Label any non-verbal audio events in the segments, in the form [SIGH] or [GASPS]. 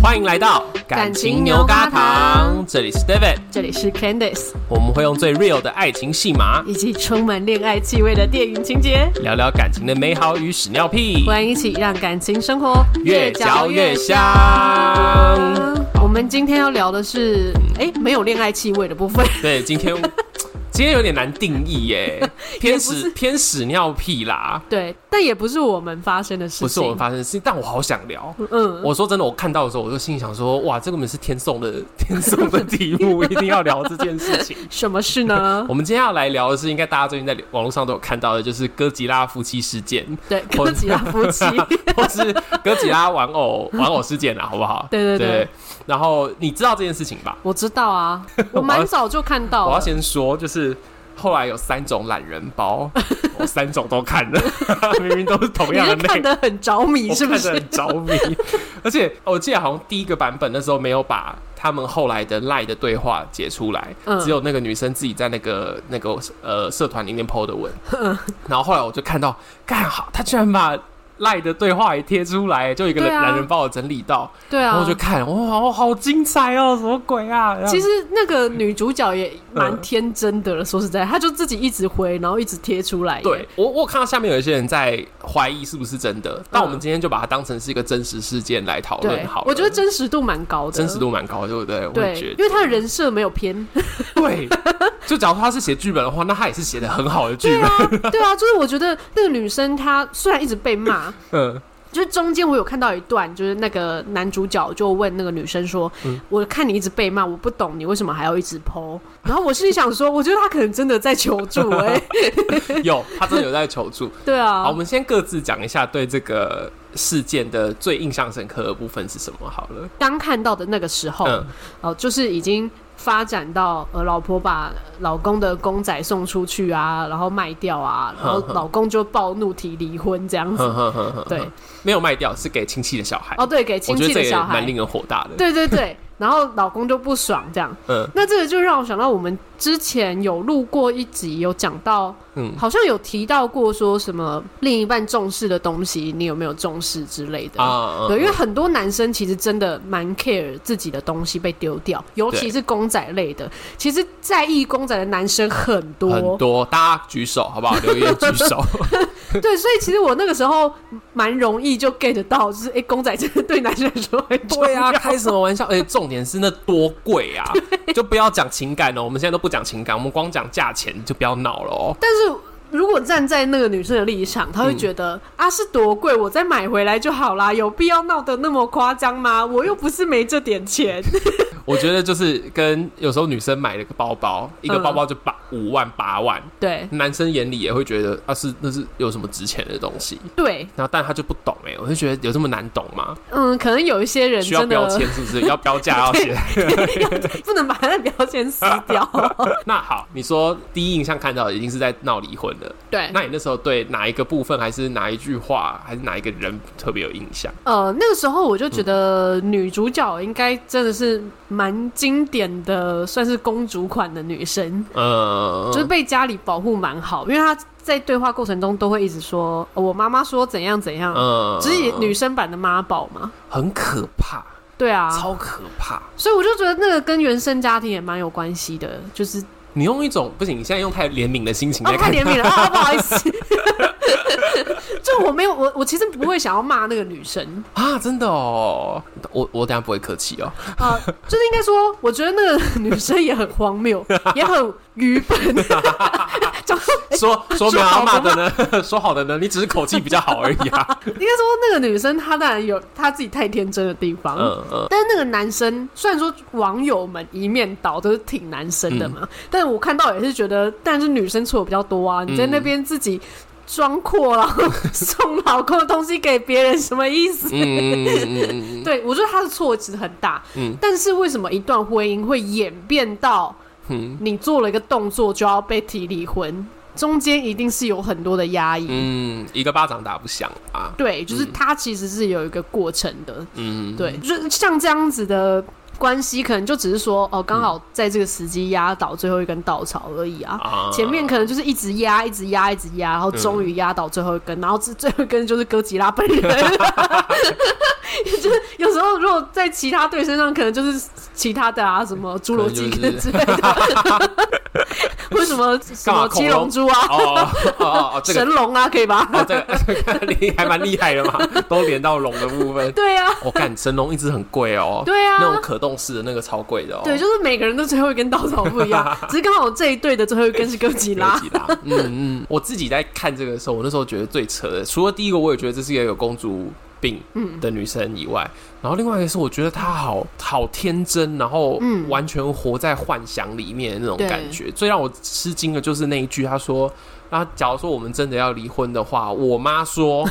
欢迎来到感情牛轧糖这里是 David， [LAUGHS] 这里是 Candice，我们会用最 real 的爱情戏码以及充满恋爱气味的电影情节，聊聊感情的美好与屎尿屁。欢迎一起让感情生活越嚼越香。我们今天要聊的是，哎，没有恋爱气味的部分。 [LAUGHS] 对，今天 [LAUGHS] 今天有点难定义耶，偏不屎是偏屎尿屁啦，对，但也不是我们发生的事情。不是我们发生的事情，但我好想聊。嗯，我说真的，我看到的时候，我就心里想说，哇，这个本是天送的天送的题目，一定要聊这件事 [LAUGHS] 情。什么事呢？ [LAUGHS] 我们今天要来聊的是，应该大家最近在网络上都有看到的，就是哥吉拉夫妻事 [LAUGHS] 件，对，哥吉拉夫 [LAUGHS] 妻。或是哥吉拉玩偶玩偶事件啦，好不好？对对对然后你知道这件事情吧？我知道啊，我蛮早就看到我要了。先说，就是后来有三种懒人 [LAUGHS] 包，我三种都看了， [LAUGHS] 明明都是同你样的是内容看。得很着迷，我是不看得是？很着迷， [LAUGHS] 而且我记得好像第一个版本那时候没有把他们后来的赖的对话截出来，嗯只有那个女生自己在那个那个呃社团里面 PO 的文，嗯 [LAUGHS] 然后后来我就看到，干好，他居然把赖的对话也贴出来，就一个对啊男人帮我整理到，对然啊，后我就看，哇，好好精彩哦，什么鬼啊？然后其实那个女主角也蛮嗯天真的了，说实在，她就自己一直回，然后一直贴出来。对，我，我看到下面有一些人在怀疑是不是真的，但我们今天就把它当成是一个真实事件来讨嗯对论好，了。我觉得真实度蛮高的，真实度蛮高的，对不对？我对也觉，因得为她的人设没有偏。对。 [LAUGHS] 就假如他是写剧本的话，那他也是写的很好的剧对本。啊，对啊， [LAUGHS] 就是我觉得那个女生她虽然一直被 [LAUGHS] 骂，嗯，就是中间我有看到一段，就是那个男主角就问那个女生说：“嗯我看你一直被骂，我不懂你为什么还要一直剖。”然后我心里想说，我觉得他可能真的在求助哎、 [LAUGHS] 嗯有他真的有在 [LAUGHS] 求助。对好，啊我，们先各自讲一下对这个事件的最印象深刻的部分是什么好了。刚看到的那个时候，哦、嗯，就是已经发展到呃，老婆把老公的公仔送出去啊，然后卖掉啊，然 [LAUGHS] 后哼哼老公就暴怒提离婚这 [LAUGHS] 样子哼。哼哼哼，对，没有卖掉，是给亲戚的小孩。哦，对，给我亲觉戚得这的也小蛮孩令，人火大的。对对对，然后老公就不爽这样。嗯那这个就让我想到，我们之前有录过一集，有讲到，嗯，好像有提到过说什么另一半重视的东西，你有没有重视之类的。啊，对，因为为很多男生其实真的蛮 care 自己的东西被丢掉，尤其对是公仔类的。其实在意公仔的男生很多，很多大家举手好不好？留言举手。对，所以其实我那个时候蛮容易就 get 到，就是哎、诶公仔真的 [LAUGHS] 对男生来说很重对要。 [LAUGHS] 啊，开什么玩笑？而且重点是那多贵 [LAUGHS] 啊！就不要讲情感了，哦我们现在都不讲情感，我们光讲价钱就不要闹了哦。但是如果站在那个女生的立场，她会觉得、嗯啊是多贵，我再买回来就好啦，有必要闹得那么夸张吗？我又不是没这点 [LAUGHS] 钱。我觉得就是跟有时候女生买了个包包，一嗯个包包就八五万八万，对男生眼里也会觉得啊是那是有什么值钱的东西，对，然后但他就不懂哎、我就觉得有这么难懂吗？嗯，可能有一些人需要真标签的是不是？要标价要写？ [LAUGHS] 不能把那标签撕 [LAUGHS] 掉。那好，你说第一印象看到的已经是在闹离婚了，对，那你那时候对哪一个部分，还是哪一句话，还是哪一个人特别有印象？呃，那个时候我就觉得嗯女主角应该真的是蛮经典的，算是公主款的女生。呃，就是被家里保护蛮好，因为她在对话过程中都会一直说，呃我妈妈说怎样怎样，嗯，只是女生版的妈宝嘛。很可怕，对啊，超可怕。所以我就觉得那个跟原生家庭也蛮有关系的，就是你用一种不行，你现在用太怜悯的心情哦在太看，怜悯 [LAUGHS] 了啊，不好意思， [LAUGHS] 就我没有我我其实不会想要骂那个女生啊，真的哦，我我等下不会客气哦。啊、呃就是应该说，我觉得那个女生也很荒 [LAUGHS] 谬，也很愚笨，讲说说没说有好要骂的的呢，说好的呢，你只是口气比较好而已啊。应该说那个女生她当然有她自己太天真的地方，嗯嗯，但是那个男生虽然说网友们一面倒都是挺嗯嗯男生的嘛，但我看到也是觉得，但是女生错的比较多啊。你在那边自己装阔，然后送老公的东西给别人，什么意思？嗯嗯嗯嗯嗯对我觉得他的挫折很大，嗯但是为什么一段婚姻会演变到嗯你做了一个动作就要被提离婚？中间一定是有很多的压抑，嗯，一个巴掌打不响啊，对，就是他其实是有一个过程的，嗯，对，就是像这样子的关系，可能就只是说，哦，刚嗯好在这个时机压倒最后一根稻草而已啊。啊，嗯前面可能就是一直压，一直压，一直压，然后终于压倒最后一根，然后最最后一根就是哥吉拉本人。 [LAUGHS] 就是有时候如果在其他队身上，可能就是其他的啊，什么侏罗纪嗯可能就是之类的，为什么什干嘛么七恐龙龙珠啊、哦哦哦哦，这神个龙啊，可以吧？ [LAUGHS] 哦这个你还蛮厉害的嘛，都连到龙的部分。对啊，我干神龙一只很贵哦，对啊，那种可动式的那个超贵的哦，对，就是每个人都最后一根稻草不一 [LAUGHS] 样，只是刚好这一队的最后一根是哥吉有 [LAUGHS] 拉。 [LAUGHS] 几拉。嗯嗯，我自己在看这个的时候，我那时候觉得最扯的，除了第一个，我也觉得这是一个有公主病嗯的女生以外，然后另外一个是我觉得她好好天真，然后嗯完全活在幻想里面的那种对感觉。最让我吃惊的就是那一句，她说：“那假如说我们真的要离婚的话，我 [LAUGHS] 妈说。”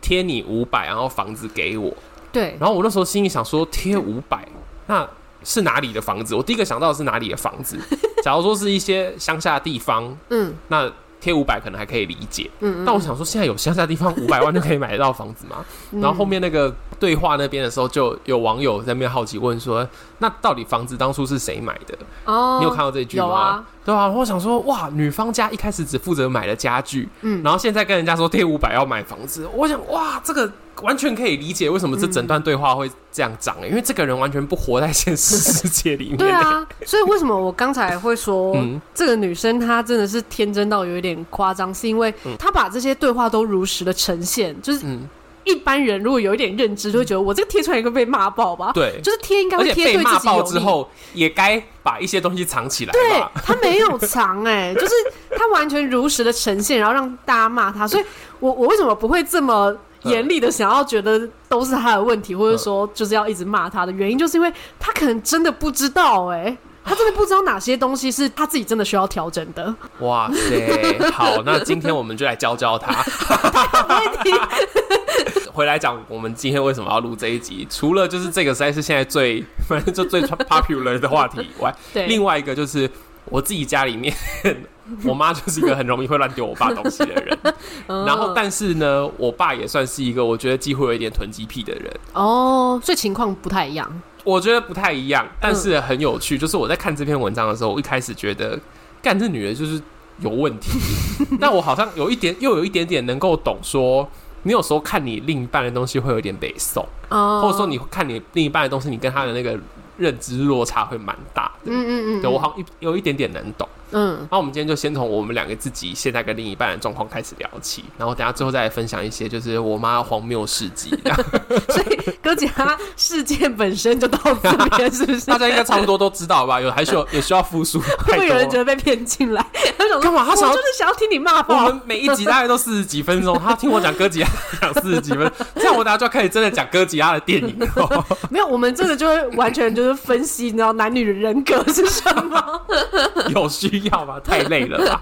贴你五百，然后房子给我。对，然后我那时候心里想说，贴五百，那是哪里的房子？我第一个想到的是哪里的房 [LAUGHS] 子。假如说是一些乡下地方，嗯那贴五百可能还可以理解。嗯但我想说，现在有乡下 [LAUGHS] 地方五百万就可以买得到房子吗？嗯，然后后面那个对话那边的时候，就有网友在那边好奇问说：“那到底房子当初是谁买的？哦，你有看到这句有吗？”啊对啊，我想说，哇，女方家一开始只负责买了家具，嗯然后现在跟人家说贴五百要买房子，我想，哇，这个完全可以理解为什么这整段对话会这样讲、欸，因为这个人完全不活在现实世界里面、对欸啊，所以为什么我刚才会说、 [LAUGHS] 嗯这个女生她真的是天真到有一点夸张，是因为她把这些对话都如实的呈现，就是嗯，一般人如果有一点认知，就会觉得我这个贴出来应该被骂爆吧？，对，就是贴应该而会且贴被对骂自己爆有之利。后，也该把一些东西藏起来对吧。他没有藏 [LAUGHS] 哎、就是他完全如实的呈现，然后让大家骂他。所以我我为什么不会这么严厉的想要觉得都是他的问题，或者嗯说就是要一直骂他的原因，就是因为他可能真的不知道哎、他真的不知道哪些东西是他自己真的需要调整 [LAUGHS] 的。哇塞， [LAUGHS] 好，那今天我们就来教教他。 [LAUGHS] 回来讲我们今天为什么要录这一集，除了就是这个实在是现在最反正就最 popular 的话题以外，对，另外一个就是我自己家里面， [LAUGHS] 我妈就是一个很容易会乱丢我爸东西的人， [LAUGHS] 嗯然后但是呢，我爸也算是一个我觉得几乎有一点囤积癖的人。哦，所以情况不太一样。我觉得不太一样，嗯但是很有趣。就是我在看这篇文章的时候，我一开始觉得，干这女的就是有问 [LAUGHS] 题。但我好像有一点，又有一点点能够懂说。你有时候看你另一半的东西会有点北宋，哦， [LAUGHS] 或者说你看你另一半的东西，你跟他的那个认知落差会蛮大的。嗯嗯嗯，对我好像一有啊一点点能懂。嗯那我们今天就先从我们两个自己现在跟另一半的状况开始聊起，然后等下最后再来分享一些就是我妈荒谬事迹。这样所以哥吉拉事件本身就到这边，是不 [LAUGHS] 是？大家应该差不多都知道吧？有还需要也需要复述，会不太会有多人觉了。得被骗进来？他想说 [LAUGHS] 干嘛他想要我就是想要听你骂我爆。们每一集大概都四十几分钟，他听我讲哥吉拉讲四十几分钟，这样我等下就要开始真的讲哥吉拉的电影了。 [LAUGHS] 没有，我们这个就会完全就是分析，你知道男女的人格是什么？有需要吗？太累了吧？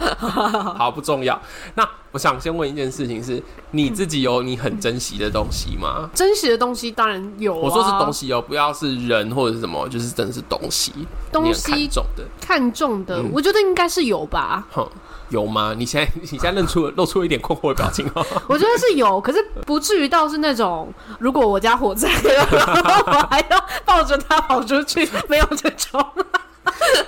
好，不重要。那我想先问一件事情是，你自己有你很珍惜的东西吗？ [LAUGHS] 真实的东西当然有、啊，我说是东西哦，不要是人或者是什么，就是真的是东西，东你很西看重的，看中的，嗯我觉得应该是有 [LAUGHS] 吧。哼，有吗？你现在你现在认出露出一点困惑的表情 [LAUGHS] 哦，我觉得是有，可是不至于到是那种，如果我家火灾了，然后我还要抱着它跑出去，没有这种。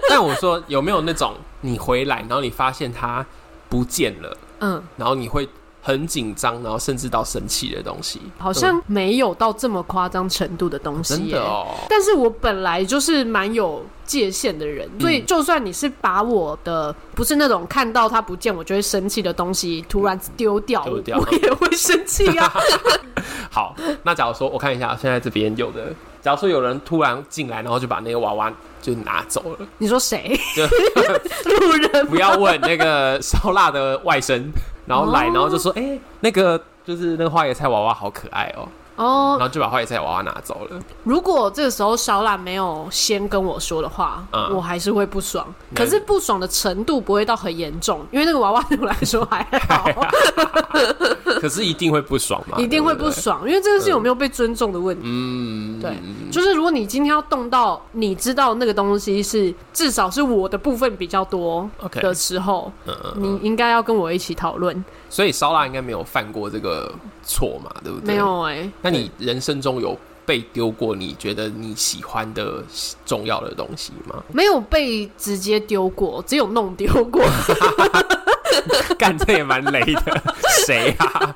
但我说有没有那种你回来，然后你发现它不见了，嗯，然后你会很紧张，然后甚至到生气的东西，好嗯像没有到这么夸张程度的东西、耶真的哦，但是我本来就是蛮有界限的人，嗯所以就算你是把我的不是那种看到它不见我就会生气的东西突然丢掉，丢我掉我也会生气啊。 [LAUGHS] 好，那假如说我看一下现在这边有的，假如说有人突然进来，然后就把那个娃娃就拿走了，你说谁？就 [LAUGHS] 路人吗不要问 [LAUGHS] 那个烧腊的外甥，然后来，哦然后就说：“哎、那个就是那个花椰菜娃娃好可爱哦、哦然，后就把坏菜娃娃拿走 [LAUGHS] 了。如果这个时候小懒没有先跟我说的话，嗯我还是会不爽。你还可是是不爽的程度不会到很严重，因为那个娃娃对我来说还 [LAUGHS] 好，可是一定会不爽嘛？一定会对不对。爽，因为这个是有没有被尊重的问题。嗯，对，就是如果你今天要动到你知道那个东西是至少是我的部分比较多 OK 的时候嗯嗯嗯你应该要跟我一起讨论。所以烧腊应该没有犯过这个错嘛，对不对？没。有哎、那你人生中有被丢过你觉得你喜欢的重要的东西 [LAUGHS] 吗？没有被直接丢过，只有弄丢过。 [LAUGHS] 干这也蛮雷的，谁 [LAUGHS] 啊？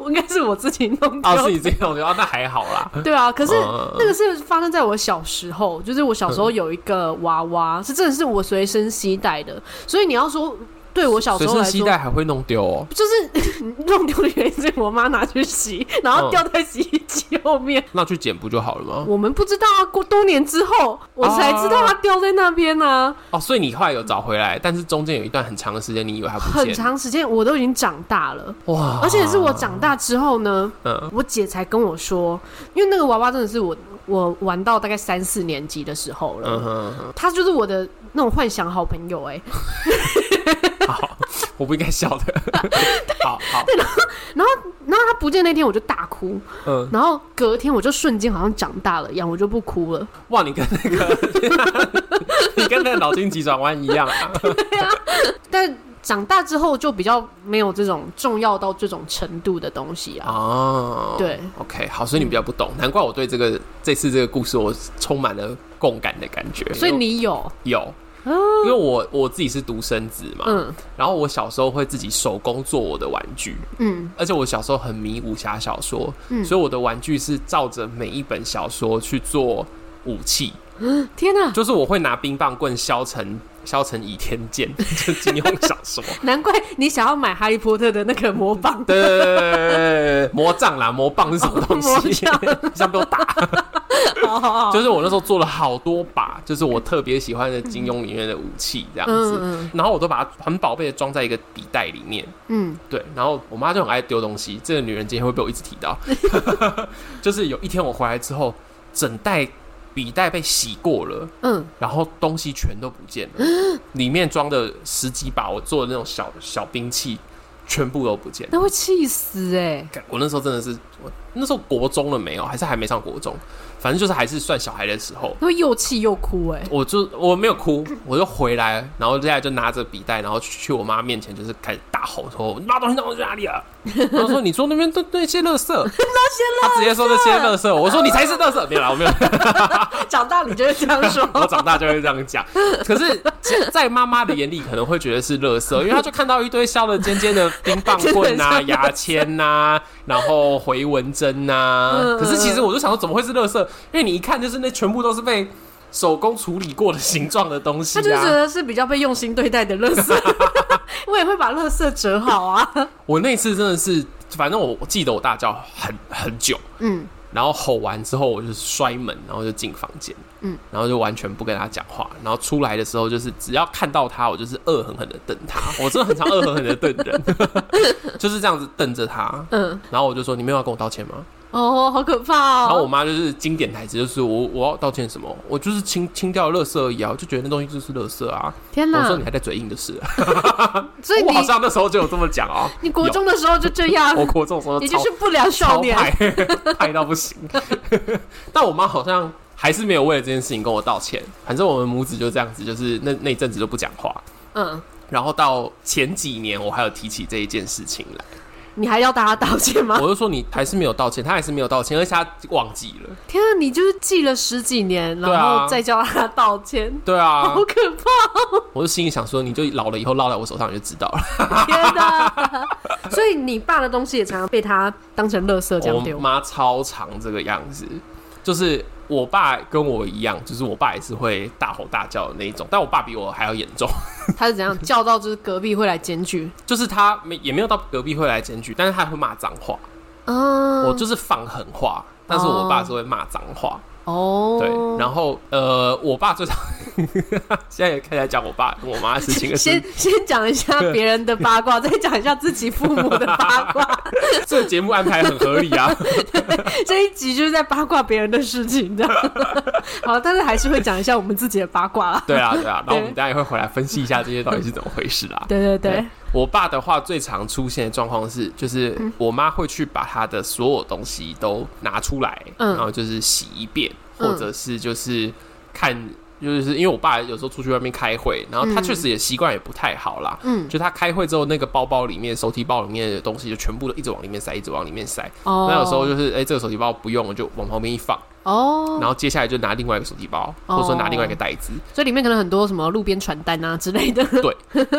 我应该是我自己弄丢哦，的是你这种就哦，那还好啦。对啊，可是嗯那个是发生在我小时候，就是我小时候有一个娃娃，嗯是真的是我随身携带的，所以你要说对我小时随候身来携说，带还会弄丢哦。就是 [LAUGHS] 弄丢的原因是我妈拿去洗，然后嗯掉在洗衣机后面。那去捡不就好了吗？我们不知道啊，过多年之后我才知道它掉在那边啊呢、哦，所以你后来有找回来，但是中间有一段很长的时间，你以为它不很见，长时间我都已经长大了，哇！而且是我长大之后呢，啊嗯我姐才跟我说，因为那个娃娃真的是我我玩到大概三四年级的时候了，嗯哼哼，他就是我的那种幻想好朋友哎、好， [LAUGHS] 我不应该笑 [LAUGHS] 的，好好，然后他不见那天我就大哭，嗯，然后隔天我就瞬间好像长大了一样，我就不哭了。哇，你跟那个， [LAUGHS] 你跟那个脑筋急转弯一样啊，但长大之后就比较没有这种重要到这种程度的东西啊。哦，对，OK，好，所以你比较不懂，难怪我对这个这次这个故事我充满了共感的感觉，所以因为你有有，因为我我自己是独生子嘛，嗯然后我小时候会自己手工做我的玩具，嗯而且我小时候很迷武侠小说，嗯所以我的玩具是照着每一本小说去做武器，天哪、就是我会拿冰棒棍削成削成倚天 [LAUGHS] 剑，就金庸小说。难怪你想要买哈利波特的那个魔棒。 [LAUGHS] 对对对对对对魔杖啦，魔棒是什么东西？ [LAUGHS] 像被我打，好好好就是我那时候做了好多把，就是我特别喜欢的金庸里面的武器这样嗯子，嗯然后我都把它很宝贝的装在一个笔袋里面，嗯，对，然后我妈就很爱丢东西，这个女人今天会被我一直提 [LAUGHS] 到。就是有一天我回来之后，整袋笔袋被洗过了，嗯，然后东西全都不见了，里面装的十几把我做的那种小小兵器，全部都不见了。那会气死哎、干我那时候真的是，我那时候国中了没有，还是还没上国中，反正就是还是算小孩的时候。会又气又哭哎、我就我没有哭，我就回来，然后接下来就拿着笔袋，然后去去我妈面前，就是开始大吼说：“你把东西弄去哪里了？”然后说：“你说那边都那些垃圾，那些他直接说那些垃圾，我说：“你才是垃圾。”没有 [LAUGHS] 啦，我没啊有，长大你就会这样说我长大就会这样讲。可是，在妈妈的眼里，可能会觉得是垃圾，因为她就看到一堆削的尖尖的冰棒棍真的啊、很像垃圾牙签呐、然后回纹针呐、嗯可是其实我就想说，怎么会是垃圾？因为你一看就是那全部都是被。手工处理过的形状的东西、他啊，就觉得是比较被用心对待的乐色。 [LAUGHS] 我也会把乐色折好啊。我那次真的是，反正我我记得我大叫很很久，嗯，然后吼完之后我就摔门，然后就进房间，嗯，然后就完全不跟他讲话，然后出来的时候就是只要看到他，我就是恶狠狠的瞪他，我真的很常恶狠狠的瞪人， [LAUGHS] 就是这样子瞪着他，嗯，然后我就说你没有要跟我道歉吗？哦，好可怕哦。然后我妈就是经典台词，就是我我要道歉什么？我就是清清掉垃圾而已啊，我就觉得那东西就是垃圾啊。天我哪说！你还在嘴硬的事，啊所以 [LAUGHS] 我你好像那时候就有这么讲哦、你国中的时候就这样， [LAUGHS] 我国中的时候你就超是不良少超年。派， [LAUGHS] 派到不行。 [LAUGHS] 但我妈好像还是没有为了这件事情跟我道歉。反正我们母子就这样子，就是那那一阵子都不讲话。嗯，然后到前几年，我还有提起这一件事情来，你还要大家道歉吗？我就说你还是没有道歉，她还是没有道歉，而且她忘记了。天啊，你就是记了十几年，对啊然后再叫他道歉，对啊好，可 [LAUGHS] 我就心里想说，你就老了以后落在我手上你就知道了。怕！天哪！ [LAUGHS] 所以你爸的东西也常常被他当成垃圾这样 [LAUGHS] 我丢。妈超常这个样子，就是我爸跟我一样，就是我爸也是会大吼大叫的那一种，但我爸比我还要严重。他是怎样叫到就是隔壁会来检举？就是他没也没有到隔壁会来检举，但是他会骂脏话，嗯，我就是放狠话，但是我爸是会骂脏话，哦，对，然后呃，我爸最常 [LAUGHS] 现在也开始在讲我爸跟我 [LAUGHS] 妈的事情的时候 [LAUGHS] 先先讲一下别人的八卦，再讲一下自己父母的八卦。这个节目安排很合理 [LAUGHS] 啊。这一集就是在八卦别人的事情的。 [LAUGHS] 好，但是还是会讲一下我们自己的八卦啦。对啊，对啊，然后我们大家也会回来分析一下这些到底是怎么回事啊啦。对对对，我爸的话，最常出现的状况是，就是嗯我妈会去把他的所有东西都拿出来，嗯然后就是洗一遍，嗯或者是就是看，就是因为我爸有时候出去外面开会，然后他确实也习惯也不太好啦。嗯，就他开会之后，那个包包里面、手提包里面的东西就全部都一直往里面塞，一直往里面塞。哦，那有时候就是，哎、这个手提包不用，我就往旁边一放，哦，然后接下来就拿另外一个手提包，或者说拿另外一个袋子，所以里面可能很多什么路边传单啊之类的。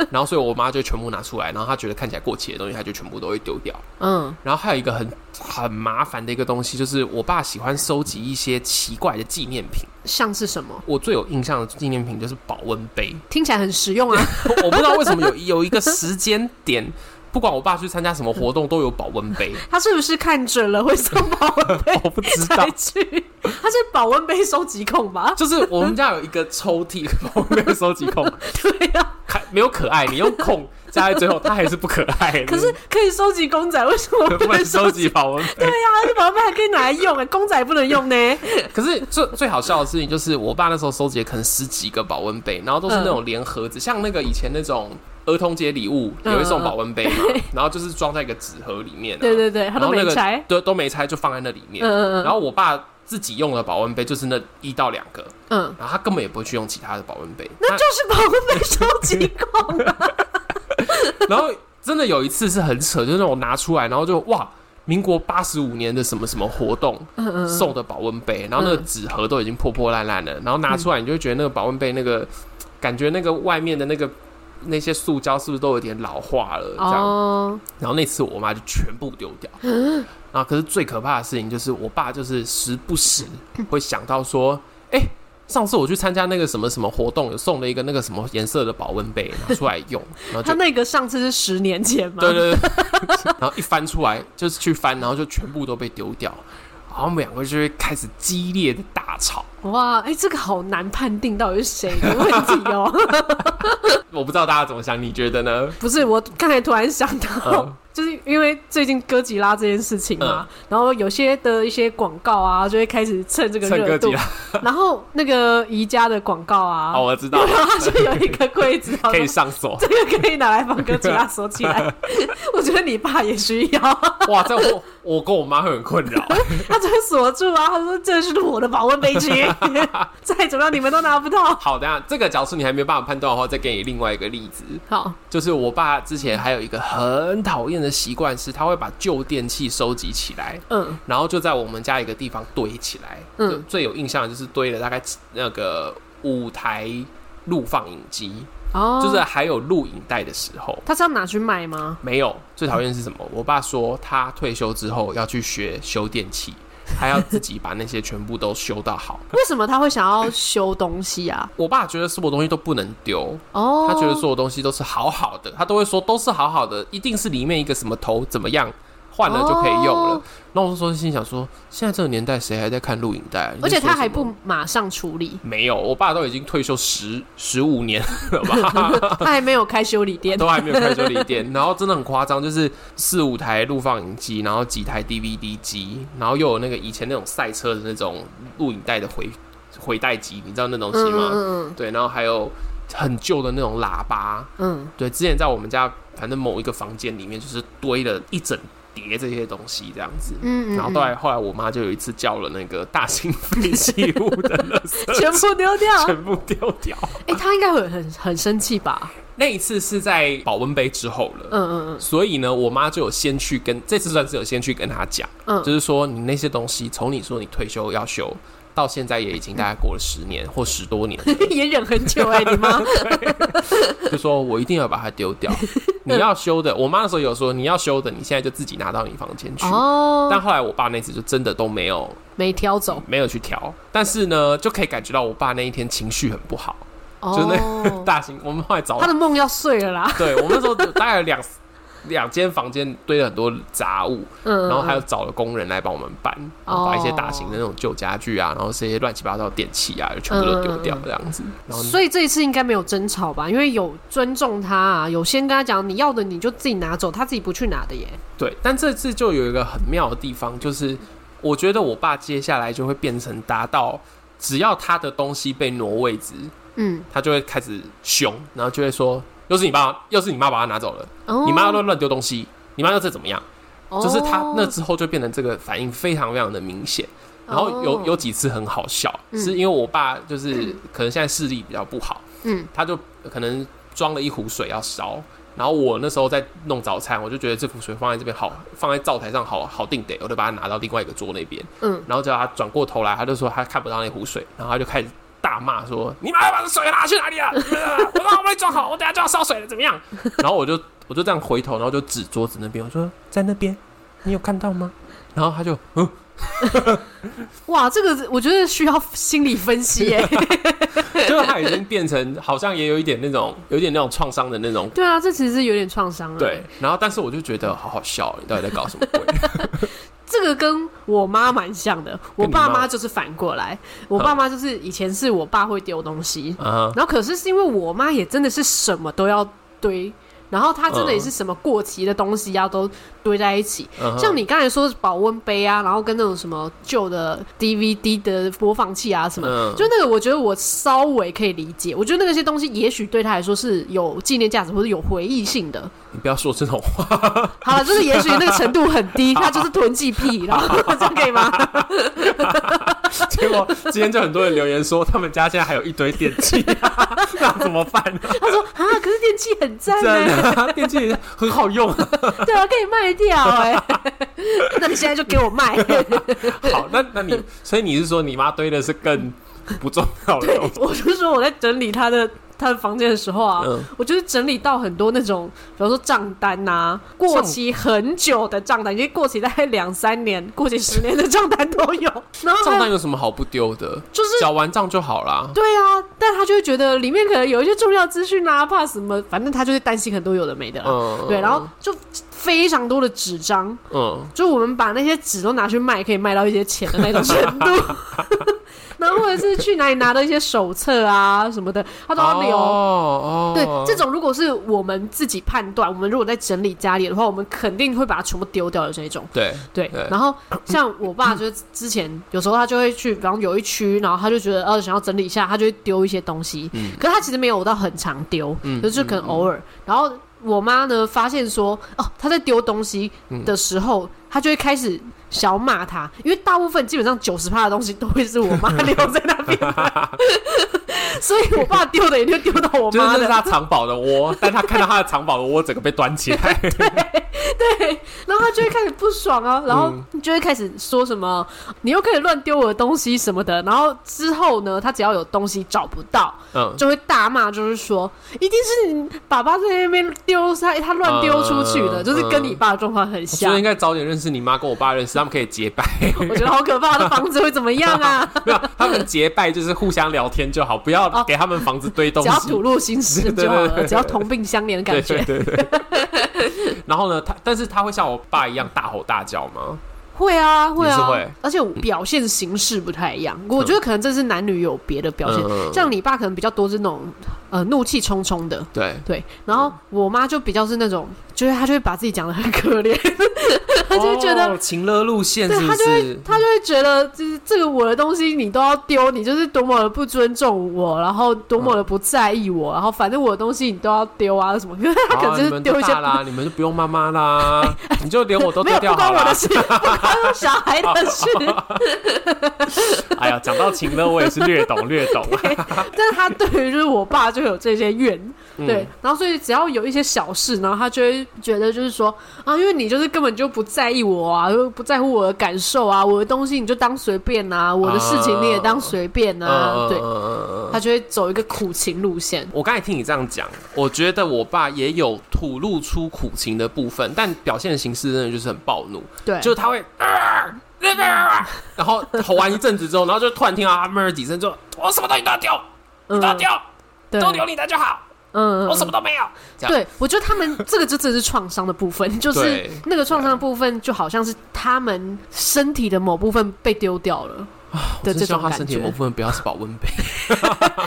然后所以我妈就全部拿出来，然后她觉得看起来过期的东西，她就全部都会丢掉。嗯，然后还有一个很很麻烦的一个东西，就是我爸喜欢收集一些奇怪的纪念品。像是什么？我最有印象的纪念品就是保温杯，听起来很实 [LAUGHS] 用啊。我不知道为什么有有一个时间点。不管我爸去参加什么活动，都有保温杯，他是不是看准了会送保温杯我不知道才。去？他是保温杯收集控吧？ [LAUGHS] 就是我们家有一个抽屉， [LAUGHS] 保温杯收集控，对啊，还没有可爱，你用控加在最后，它还是不可爱。 [LAUGHS] 可是可以收集公仔，为什么嗯可不不能能收收集？集保温杯对。呀、啊，这保温杯还可以拿来用哎、公仔不能用呢。 [LAUGHS] 可是最最好笑的事情就是，我爸那时候收集了可能十几个保温杯，然后都是那种连盒子，像那个以前那种儿童节礼物也会送保 [LAUGHS] 温杯嘛，然后就是装在一个纸盒里面、啊，对对对，他然都后那没个拆。对，都没拆就放在那里面。嗯嗯嗯然后我爸自己用的保温杯就是那一到两个，嗯，然后他根本也不会去用其他的保温杯，那就是保温杯收集 [LAUGHS] 控啊。那 [LAUGHS] 然后真的有一次是很扯，就是那种拿出来，然后就哇。民国八十五年的什么什么活动，嗯嗯嗯送的保温杯，然后那个纸盒都已经破破烂烂了，然后拿出来你就会觉得那个保温杯那个感觉那个外面的那个那些塑胶是不是都有点老化了这样？哦，然后那次我妈就全部丢掉。然后可是最可怕的事情就是我爸就是时不时会想到说，哎。上次我去参加那个什么什么活动，有送了一个那个什么颜色的保温杯拿出来用，然后就他那个上次是十年前嘛？对对对， [LAUGHS] 然后一翻出来就是去翻，然后就全部都被丢掉，然后我们两个就会开始激烈的大吵。哇，哎、这个好难判定到底是谁的问题 [LAUGHS] 哦。我不知道大家怎么想，你觉得呢？不是，我刚才突然想到，嗯就是因为最近哥吉拉这件事情嘛，然后有些的一些广告啊，就会开始蹭这个趁热哥度啊吉。拉，然后那个宜家的广告啊，哦，我知道了，然后它就有一个柜子，好可像以 [LAUGHS] 上锁。这个可以拿来帮哥吉拉锁起 [LAUGHS] 来。我觉得你爸也需要，哇，这我我跟我妈会很困扰。他就会锁住啊。他说：“这是我的保温杯 [LAUGHS] 区，再怎么样你们都拿不到。好，等一下这个，假如说你还没有办法判断的话，再给你另外一个例子，”好，就是我爸之前还有一个很讨厌的习惯，是他会把旧电器收集起来，嗯然后就在我们家一个地方堆起来。嗯嗯，最有印象的就是堆了大概那个五台录放影机，哦，就是啊还有录影带的时候。他是要拿去卖吗？没有，最讨厌是什么？我爸说他退休之后要去学修电 [LAUGHS] 器，他要自己把那些全部都修到好。为什么他会想要修东西啊？我爸觉得所有东西都不能丢，哦，他觉得所有东西都是好好的，他都会说都是好好的，一定是里面一个什么头怎么样换了就可以用了哦。那我那时候心想说，现在这个年代谁还在看录影带啊？你而在且说他什还么不马上处理，没有，我爸都已经退休十十五年了吧。他还没有开修理 [LAUGHS] 店。都还没有开修理店， [LAUGHS] 然后真的很夸张，就是四五台录放影机，然后几台 DVD 机，然后又有那个以前那种赛车的那种录影带的回回带机，你知道那东西嗯吗？嗯对，然后还有很旧的那种喇叭，嗯对，之前在我们家反正某一个房间里面就是堆了一整叠这些东西这样子。嗯嗯，然后后来，后来我妈就有一次叫了那个大型废弃物的垃圾全部丢掉。 [LAUGHS] 全部丢掉。哎，他应该会很很生气吧？那一次是在保温杯之后了，嗯嗯所以呢，我妈就有先去跟这次算是有先去跟她讲，嗯就是说你那些东西，从你说你退休要修，到现在也已经大概过了十年 [LAUGHS] 或十多年，嗯， [LAUGHS] 也忍很久哎，你妈。就说我一定要把它丢掉。你要修的，我妈那时候有说你要修的，你现在就自己拿到你房间去。但 [LAUGHS] [LAUGHS] 哦，后来我爸那次就真的都没有没挑 [LAUGHS] 走，没有去调，但是呢，就可以感觉到我爸那一天情绪很不好，就那哦， [LAUGHS] [LAUGHS] 大型我们后来找他的梦要碎了啦。对我们那时候大概有两两间房间堆了很多杂物，嗯，哦然后还有找了工人来帮我们搬，然后把一些大型的那种旧家具啊，然后这些乱七八糟的电器啊，就全部都丢掉这样子。然后嗯所以这一次应该没有争吵吧？因为有尊重他啊，有先跟他讲你要的你就自己拿走，他自己不去拿的耶。对，但这次就有一个很妙的地方，就是我觉得我爸接下来就会变成达到，只要他的东西被挪位置，嗯，他就会开始凶，然后就会说，又是你爸，又是你妈把它拿走了，哦你妈都乱丢东西，你妈又是怎么样？就是他那哦之后就变成这个反应非常非常的明显。然后有有几次很好笑，嗯是因为我爸就是可能现在视力比较不好，嗯他就可能装了一壶水要烧，然后我那时候在弄早餐，我就觉得这壶水放在这边好，放在灶台上好好定得，我就把它拿到另外一个桌那边，嗯，然后叫他转过头来，他就说他看不到那壶水，然后他就开始大骂说：“你妈把这水拿去哪里了？呃我把我没装好，我等下就要烧水了，怎么样？”然后我就我就这样回头，然后就指桌子那边，我说：“在那边，你有看到吗？”然后 [LAUGHS] 他就嗯，哇，这个我觉得需要心理分析耶。就是他已经变成好像也有一点那种有一点那种创伤的那种。 [LAUGHS] 对啊，这其实是有点创伤啊。对，，然后但是我就觉得好好笑，你到底在搞什 [LAUGHS] 么鬼？这个跟我妈蛮像的，我跟你妈爸妈就是反过来，我爸妈就是以前是我爸会丢东西，啊然后可是是因为我妈也真的是什么都要堆，然后她真的也嗯是什么过期的东西呀、都堆在一起，哈，嗯哼像你刚才说的保温杯啊，然后跟那种什么旧的 DVD 的播放器啊什么，嗯就那个我觉得我稍微可以理解，我觉得那些东西也许对他来说是有纪念价值或者有回忆性的。你不要说这种话，好了，就是也许那个程度很低，他就是囤积癖，然后 [LAUGHS] 这样可以吗？结果 [LAUGHS] 今天就很多人留言说他们家现在还有一堆电器、 [LAUGHS] 那怎么 [LAUGHS] 办、他说啊，可是电器很赞真呢、的、啊，电器很好用、对啊，可以卖掉哎、 [LAUGHS] 那你现在就给我卖，好，那那你，所以你是说你妈堆的是更不重要的对东西？，我就说我在整理他的他的房间的时候啊，嗯我就是整理到很多那种，比方说账单呐、过期很久的账单，已经过期大概两三年、过期十年的账单都 [LAUGHS] 有。然后账还单有有什么好不丢的？就是缴完账就好啦。对啊，但他就会觉得里面可能有一些重要资讯啊，怕什么，反正他就会担心很多有的没的啦。嗯，对，然后就非常多的纸张，嗯，就我们把那些纸都拿去卖，可以卖到一些钱的那种程度。然后或者是去哪里拿到一些手册啊什么的，他都要留。哦哦，对，这种如果是我们自己判断，我们如果在整理家里的话，我们肯定会把它全部丢掉的这一种。对对，对然后像我爸，就是之前有时候他就会去，比方有一区，然后他就觉得呃想要整理一下，他就会丢一些东西。嗯可是他其实没有到很常丢，嗯就是可能偶尔。然后我妈呢发现说，哦，他在丢东西的时候，他就会开始小骂他，因为大部分基本上九十趴的东西都会是我 [LAUGHS] 妈留在那边的，所以我爸丢的也就丢到我就是妈这是的。他藏宝的窝，但他看到他的藏宝的窝整个被端起 [LAUGHS] 来，对，然后他就会开始不爽啊，嗯然后就会开始说什么“你又开始乱丢我的东西”什么的。然后之后呢，他只要有东西找不到，嗯，就会大骂，就是说一定是你爸爸在那边丢他，他乱丢出去的，嗯就是跟你爸的状况很我觉得像应。该早点认识你妈跟我爸认识，他们可以结拜。 [LAUGHS] 我觉得好可怕，他的房子会怎么样啊？没有，他们结拜就是互相聊天就好，不要哦给他们房子堆 [LAUGHS] 东只西。要吐露心事就好 [LAUGHS] 对对对了，对只要同病相怜的感觉。对对对对。 [LAUGHS] 然后呢，他但是他会像我爸一样大吼大叫吗？会啊，会你啊，是会嗯而且我表现形式不太一样。我觉得可能这是男女有别的表现，嗯嗯嗯像你爸可能比较多是那种呃怒气冲冲的，对，对，然后我妈就比较是那种，就是她就会把自己讲的很可怜，她就会觉得，哦情勒路线对是不？她就是她就会觉得，就是这个我的东西你都要丢，你就是多么的不尊重我，然后多么的嗯不在意我，然后反正我的东西你都要丢啊什么，因为她可好能啊就你是们丢都一些哎大啦，你们就不用妈妈啦，你就连我都没丢有掉不好关我了的。事，不关小孩的 [LAUGHS] 事，哎呀，讲到情勒，我也是略懂略懂。但是她对于就是我爸就有这些怨，嗯对，，然后所以只要有一些小事，然后他就会觉得就是说啊，因为你就是根本就不在意我啊，就不在乎我的感受啊，我的东西你就当随便啊，我的事情你也当随便啊，嗯对嗯，嗯嗯他就会走一个苦情路线。我刚才听你这样讲，我觉得我爸也有吐露出苦情的部分，但表现的形式真的就是很暴怒，对，就是他会啊，啊然后吼完一阵子之后，然后就突然听到他闷了几声，就我什么东西都要丢，嗯都要丢，对都留你的就好。嗯，嗯我什么都没有。这样对，我觉得他们这个就真的是创伤的部 [LAUGHS] 分，就是对那个创伤的部分，就好像是他们身体的某部分被丢掉了。啊我的真这希望种感他身体的某觉部，分不要是保温杯。 [LAUGHS]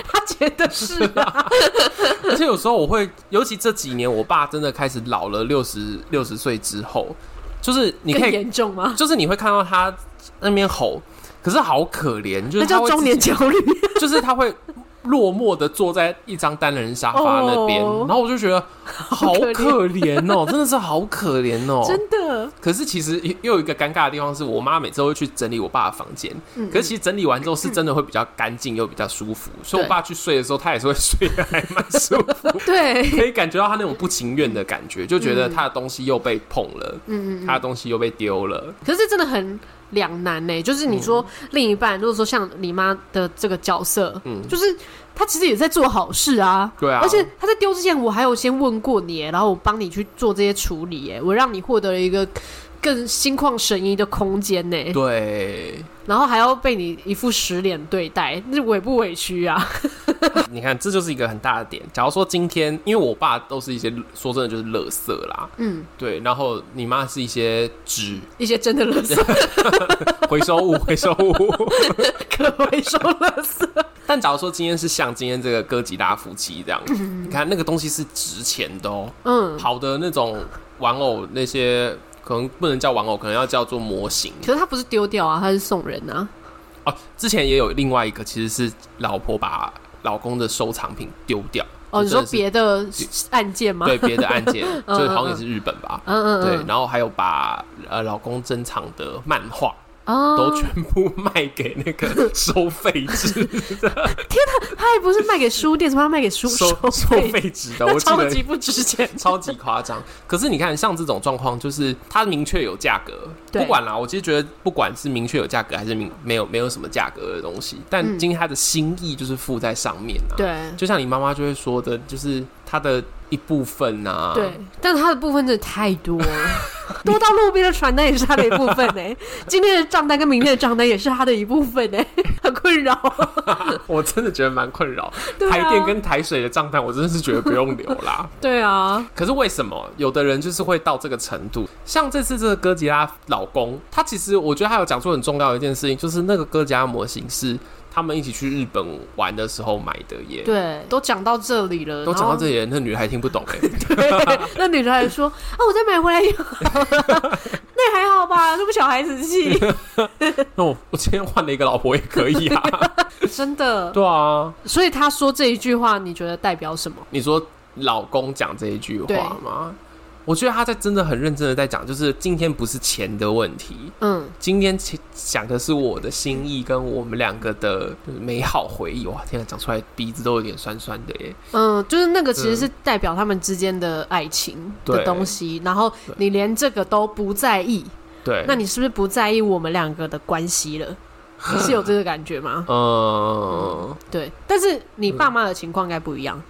他觉得是啊， [LAUGHS] 而且有时候我会，尤其这几年，我爸真的开始老了，六十六十岁之后，就是 [LAUGHS] 你可更以，严重吗？就是你会看到他那边吼，可是好可怜，就那是他叫会中自己年焦虑。 [LAUGHS] 就是他会落寞的坐在一张单人沙发那边，哦然后我就觉得好可怜可怜 [LAUGHS] 哦，真的是好可怜哦。真的，可是其实又有一个尴尬的地方是，我妈每次会去整理我爸的房间，嗯可是其实整理完之后是真的会比较干净又比较舒服，所以我对爸去睡的时候，他也是会睡得还蛮舒 [LAUGHS] 服，对，可以感觉到他那种不情愿的感觉，就觉得他的东西又被碰了，嗯，他的东西又被丢了，可是真的很两难呢、就是你说另一半，如果说像你妈的这个角色，嗯就是她其实也在做好事啊，对啊而且她在丢之前，我还有先问过你、欸然后我帮你去做这些处理、耶，我让你获得了一个更心旷神怡的空间呢、欸对。然后还要被你一副使脸对待，那委不委屈啊？ [LAUGHS] 你看，这就是一个很大的点。假如说今天，因为我爸都是一些说真的就是垃圾啦，嗯，对，然后你妈是一些纸一些真的垃圾回收物， [LAUGHS] 回收物。可回收垃圾，但假如说今天是像今天这个哥吉拉夫妻 [LAUGHS] 这样，你看那个东西是值钱的哦、嗯。好的那种玩偶那些。可能不能叫玩偶，可能要叫做模型可是他不是丢掉啊，他是送人啊。哦。之前也有另外一个，其实是老婆把老公的收藏品丢 [LAUGHS] 掉。哦，你就真说的是别的案件吗？对别的 [LAUGHS] 案件，嗯就是好像也是日本吧。嗯嗯嗯，对，然后还有把呃老公珍藏的漫画哦，都全部卖给那 [LAUGHS] 个收费制他还不是卖给书店，怎么要卖给书收收费？费制的，那我记超级得不值钱。超级夸张。可是你看，像这种状况，就是它明确有价格，对不管啦，我其实觉得不管是明确有价格还是明没有没有什么价格的东西，但今天他的心意就是附在上面啊。，嗯对就像你妈妈就会说的，就是它的一部分啊。对，但是他的部分真的太多了，多到路边的传单也是他的一部分呢、 [LAUGHS] 今天的账单跟明天的账单也是他的一部分呢、很困扰。 [LAUGHS] 我真的觉得蛮困扰。对啊台电跟台水的账单，我真的是觉得不用留啦。对啊，可是为什么有的人就是会到这个程度？像这次这个哥吉拉老公，他其实我觉得他有讲出很重要的一件事情，就是那个哥吉拉模型是他们一起去日本玩的时候买的耶。对，都讲到这里了，都讲到这里了，那女的还听不懂哎、然后，对那女的还说：“啊，我再买回来就好了， [LAUGHS] 那还好吧，那不小孩子 [LAUGHS] 气， [LAUGHS] 那我我今天换了一个老婆也可以啊。真的。对啊，”所以他说这一句话，你觉得代表什么？你说老公讲这一句话吗？我觉得他在真的很认真的在讲，就是今天不是钱的问题，嗯，今天其想的是我的心意跟我们两个的美好回忆。哇，天啊，讲出来鼻子都有点酸酸的耶。嗯，就是那个其实是代表他们之间的爱情的对东西，然后你连这个都不在意，对，那你是不是不在意我们两个的关系 [LAUGHS] 了？你是有这个感觉吗？呃，对，但是你爸妈的情况应该不一样，嗯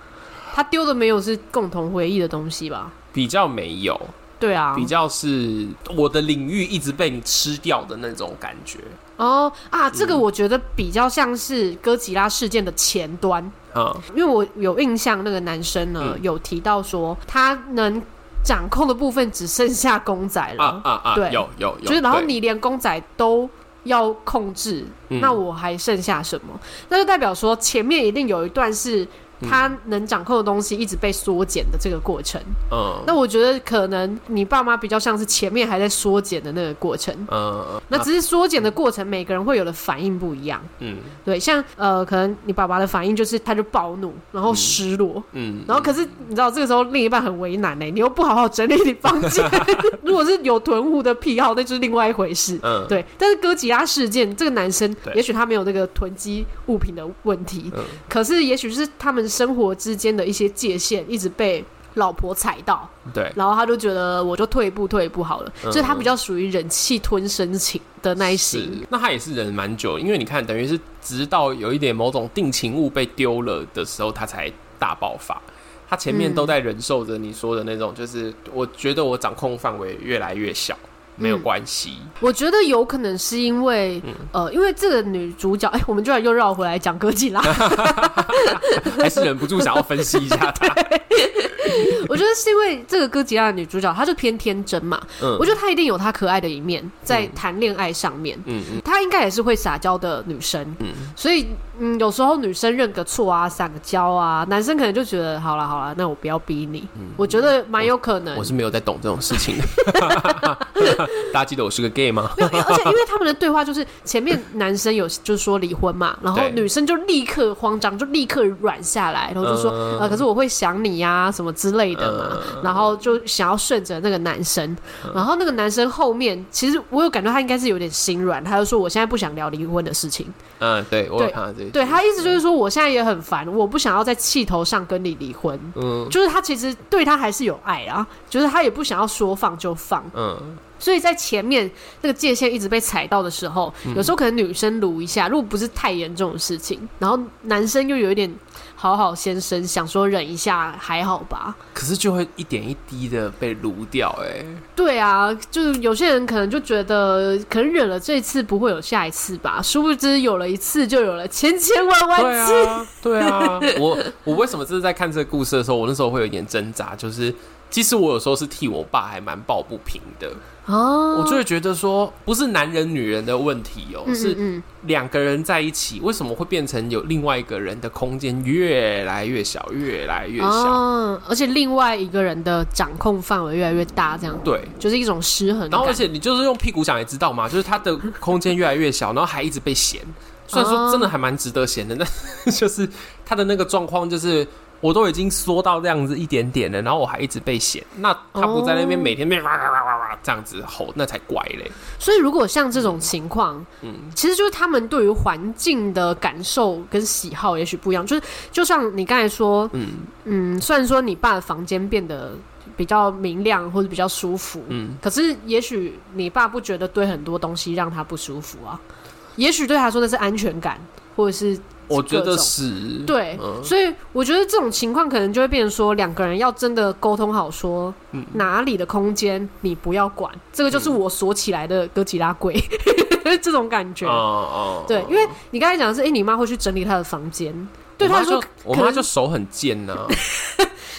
他丢的没有是共同回忆的东西吧？比较没有，对啊比，较是我的领域一直被你吃掉的那种感觉哦嗯啊，这个我觉得比较像是哥吉拉事件的前端，啊、因为我有印象，那个男生呢、嗯有提到说他能掌控的部分只剩下公仔了。啊啊啊！对有有有，就是然后对你连公仔都要控制，嗯那我还剩下什么？那就代表说前面一定有一段是。他能掌控的东西一直被缩减的这个过程，嗯那我觉得可能你爸妈比较像是前面还在缩减的那个过程，嗯那只是缩减的过程每个人会有的反应不一样。嗯对，像呃，可能你爸爸的反应就是他就暴怒，然后失落，嗯，然后可是你知道，这个时候另一半很为难呢、欸你又不好好整理你房 [LAUGHS] 间。如果是有囤物的癖好，那就是另外一回事。嗯对。但是哥吉拉事件，这个男生对也许他没有那个囤积物品的问题，嗯可是也许是他们生活之间的一些界限一直被。老婆踩到，嗯对然后他就觉得我就退一步退一步好了，嗯所以他比较属于忍气吞声型的那一型。是，那他也是忍蛮久，因为你看，等于是直到有一点某种定情物被丢了的时候，他才大爆发。他前面嗯都在忍受着你说的那种，就是我觉得我掌控范围越来越小，没有关系。我觉得有可能是因为，嗯呃，因为这个女主角，哎、我们居然又绕回来讲哥吉 [LAUGHS] 拉，还是忍不住想要分析一下他。我觉得是因为这个哥吉拉的女主角，她就偏天真嘛，嗯我觉得她一定有她可爱的一面，在谈恋爱上面，嗯嗯，她应该也是会撒娇的女生，嗯所以嗯，有时候女生认个错啊，撒个娇啊，男生可能就觉得好了好了，那我不要逼你，我觉得蛮有可能嗯我。是没有在懂这种事情的。大家记得我是个 gay 吗？没有，因为而且因为他们的对话就是前面男生有就是说离婚嘛，然后对女生就立刻慌张，就立刻软下来，然后就说、嗯呃，可是我会想你呀、什么之类的呃嘛，然后就想要顺着那个男生，然后那个男生后面其实我有感觉他应该是有点心软，他就说我现在不想聊离婚的事情，嗯，对我有对看到这一集对他意思就是说我现在也很烦，我不想要在气头上跟你离婚，嗯就是他其实对他还是有爱啊，就是他也不想要说放就放。嗯所以在前面那个界限一直被踩到的时候，有时候可能女生撸一下，如果不是太严重的事情，然后男生又有一点好好先生，想说忍一下还好吧。可是就会一点一滴的被撸掉、欸，对啊，就是有些人可能就觉得，可能忍了这一次不会有下一次吧，殊不知有了一次就有了千千万万对次。啊，对啊，我我为什么这是在看这个故事的时候，我那时候会有一点挣扎，就是其实我有时候是替我爸还蛮抱不平的，哦，我就会觉得说不是男人女人的问题哦、嗯是嗯两个人在一起为什么会变成有另外一个人的空间越来越小，越来越嗯，小？哦，而且另外一个人的掌控范围越来越大，这样对，就是一种失衡然后而感。且你就是用屁股想也知道嘛，就是他的空间越来越小，然后还一直被嫌。虽然说真的还蛮值得嫌的，但就是他的那个状况就是。我都已经缩到这样子一点点了，然后我还一直被嫌，那他不在那边哦每天被哇哇哇哇哇这样子吼，那才怪嘞。所以，如果像这种情况，嗯，其实就是他们对于环境的感受跟喜好也许不一样。就是，就像你刚才说，嗯嗯，虽然说你爸的房间变得比较明亮或者比较舒服，嗯嗯，可是也许你爸不觉得堆很多东西让他不舒服啊，也许对他来说那是安全感，或者是我觉各得种是，对，嗯所以我觉得这种情况可能就会变成说，两个人要真的沟通好说，哪里的空间你不要管，这个就是我锁起来的哥吉拉柜， [LAUGHS] 这种感觉。哦哦，对，因为你刚才讲的是，哎、你妈会去整理她的房间，对我她妈来说就，我可妈能就手很贱呐、